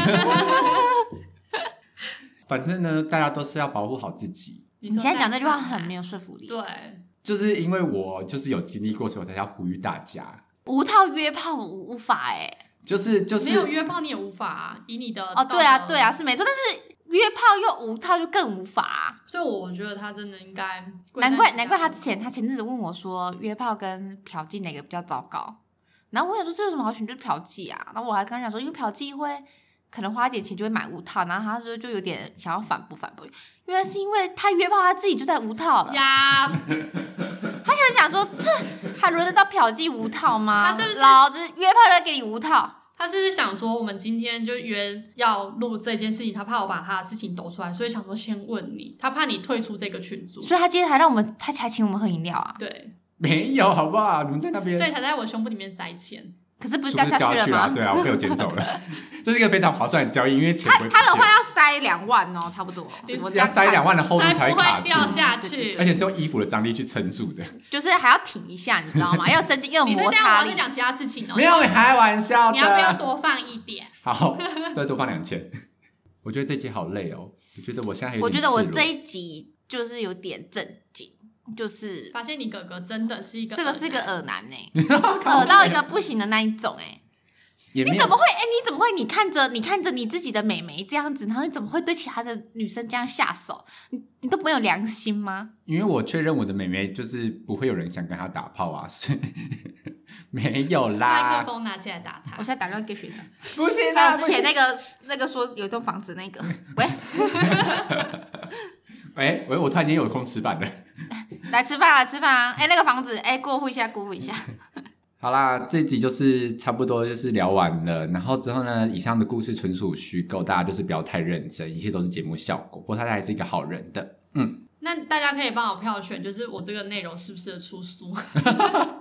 Speaker 1: 反正呢，大家都是要保护好自己。
Speaker 3: 你
Speaker 2: 你现在讲这句话很
Speaker 3: 没。
Speaker 2: 没有说服力。
Speaker 3: 对，
Speaker 1: 就是因为我就是有经历过，所以我才要呼吁大家，
Speaker 2: 无套约炮我无法哎、
Speaker 1: 就是就
Speaker 3: 没有
Speaker 1: 是
Speaker 3: 约炮你也无法、啊，以你的
Speaker 2: 哦，对啊，
Speaker 3: 道德
Speaker 2: 对啊，，是没错，但是约炮又无套就更无法啊、
Speaker 3: 所以我觉得他真的应该跪在
Speaker 2: 难怪
Speaker 3: 你的
Speaker 2: 难怪他之前他前阵子问我说约炮跟嫖妓哪个比较糟糕，然后我想说这有什么好选，就是嫖妓啊。然后我还跟他讲说，因为嫖妓会可能花一点钱就会买无套，然后他说就有点想要反驳反驳，原来是因为他约炮他自己就在无套了，
Speaker 3: 呀，
Speaker 2: 他想想说这还轮得到嫖妓无套吗？
Speaker 3: 他是不是
Speaker 2: 老子约炮都给你无套？
Speaker 3: 他是不是想说我们今天就约要录这件事情，他怕我把他的事情抖出来，所以想说先问你，他怕你退出这个群组。
Speaker 2: 所以他今天还让我们，他还请我们喝饮料啊。
Speaker 3: 对，
Speaker 1: 没有，好不好？你们在那边
Speaker 3: 所，以才在我胸部里面塞钱。
Speaker 2: 可是不
Speaker 1: 是
Speaker 2: 是
Speaker 1: 不
Speaker 2: 掉
Speaker 1: 是掉
Speaker 2: 去
Speaker 1: 下
Speaker 2: 了
Speaker 1: 去了、
Speaker 2: 吗？
Speaker 1: 对啊，我被我捡走了。这是一个非常划算的交易，因为钱
Speaker 2: 他
Speaker 1: 不会不
Speaker 2: 他的
Speaker 1: 见
Speaker 2: 话要塞两万哦，差不多。我这
Speaker 1: 要
Speaker 2: 样
Speaker 1: 塞
Speaker 2: 看
Speaker 1: 两万的厚度
Speaker 3: 才
Speaker 1: 才
Speaker 3: 不
Speaker 1: 卡住，哎
Speaker 3: 会掉下
Speaker 2: 对
Speaker 3: 去。
Speaker 1: 而且是用衣服的张力去撑住的。
Speaker 2: 就是还要挺一下，你知 道吗？要增进，要有
Speaker 3: 你再
Speaker 2: 摩
Speaker 3: 这样，我
Speaker 2: 擦
Speaker 3: 要
Speaker 2: 力
Speaker 3: 再。讲其他事情哦。
Speaker 1: 没有啊开玩笑的，
Speaker 3: 你要不要多放一点？
Speaker 1: 好，再多放两千。 我觉得这集好累哦，我觉得我现在还有
Speaker 2: 我觉
Speaker 1: 点
Speaker 2: 得我
Speaker 1: 赤裸
Speaker 2: 这一集就是有点震惊，就是
Speaker 3: 发现你哥哥真的是一个
Speaker 2: 这个是一个
Speaker 3: 耳
Speaker 2: 耳 男呢、耳到一个不行的那一种哎、
Speaker 1: 也没
Speaker 2: 你
Speaker 1: 有
Speaker 2: 怎么会？哎、你怎么会？你看着你看着你自己的美眉这样子，然后你怎么会对其他的女生这样下手？你你都没有良心吗？
Speaker 1: 因为我确认我的妹妹就是不会有人想跟她打炮啊，所以 没有
Speaker 3: 麦克
Speaker 1: 啦，
Speaker 3: 风拿起来打
Speaker 2: 我
Speaker 3: 他
Speaker 2: 现。在打电话给学长，
Speaker 1: 不行
Speaker 2: 还
Speaker 1: 啦，
Speaker 2: 有
Speaker 1: 不
Speaker 2: 之前
Speaker 1: 行。
Speaker 2: 那个那个说有一栋房子那个，喂，
Speaker 1: 哎喂喂，我突然间有空吃饭了。
Speaker 2: 来吃饭啊，吃饭啊！哎、那个房子，哎、过户一下，过户一下。
Speaker 1: 好啦，这集就是差不多就是聊完了，然后之后呢，以上的故事纯属虚构，大家就是不要太认真，一切都是节目效果。不过他还是一个好人的，
Speaker 3: 那大家可以帮我票选，就是我这个内容适不适合出书？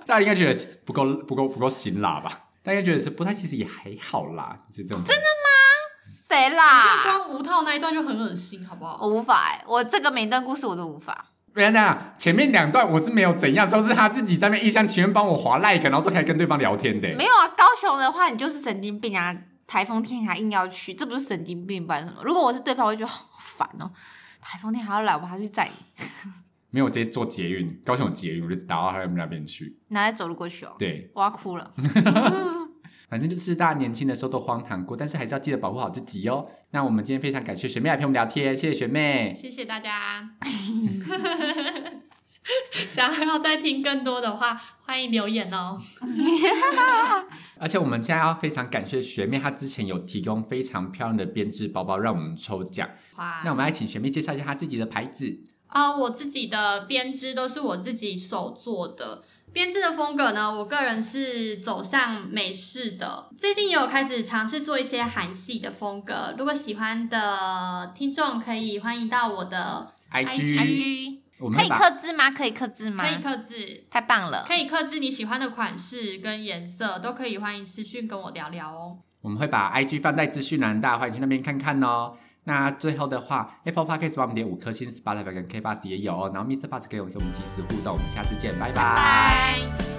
Speaker 1: 大家应该觉得不够不够不够辛辣吧？大家应该觉得是不太，其实也还好啦，就这种真的
Speaker 2: 谁啦？
Speaker 3: 光无套那一段就很恶心，好不好？
Speaker 2: 我无法哎、我这个每一段故事我都无法。
Speaker 1: 没有啦。啊前面两段我是没有怎样，都是他自己在那边一厢情愿帮我划 like，然后这还跟对方聊天的、
Speaker 2: 没有啊，高雄的话，你就是神经病啊！台风天还硬要去，这不是神经病，不然什么？如果我是对方，我会觉得好烦哦、台风天还要来，我还要去载你，
Speaker 1: 没有，我直接坐捷运，高雄有捷运，我就打到他们那边去。
Speaker 2: 哪里走路过去哦、
Speaker 1: 对，
Speaker 2: 我要哭了。
Speaker 1: 反正就是大家年轻的时候都荒唐过，但是还是要记得保护好自己哟、那我们今天非常感谢学妹来陪我们聊天，谢谢学妹。
Speaker 3: 谢谢大家。 想要再听更多的话，欢迎留言哦。
Speaker 1: 而且我们现在要非常感谢学妹，她之前有提供非常漂亮的编织包包让我们抽奖。
Speaker 2: 啊
Speaker 3: 哇
Speaker 1: 那我们来请学妹介绍一下她自己的牌子。
Speaker 3: 啊、我自己的编织都是我自己手做的。编织的风格呢，我个人是走向美式的，最近也有开始尝试做一些韩系的风格。如果喜欢的听众，可以欢迎到我的
Speaker 2: IG
Speaker 1: 我们
Speaker 2: 可
Speaker 1: 会
Speaker 2: 以
Speaker 1: 把
Speaker 2: 克制吗？可以克制吗
Speaker 3: 可？以克制，呃
Speaker 2: 太棒了！
Speaker 3: 可以克制你喜欢的款式跟颜色，都可以欢迎私讯跟我聊聊哦。
Speaker 1: 我们会把 IG 放在资讯栏，大家欢迎去那边看看哦。那最后的话，Apple Podcast 帮我们点五颗星，Spotify 跟 K Bus 也有哦。然后 Mr. Bus 可以跟我们及时互动，我们下次见，拜拜
Speaker 3: 拜。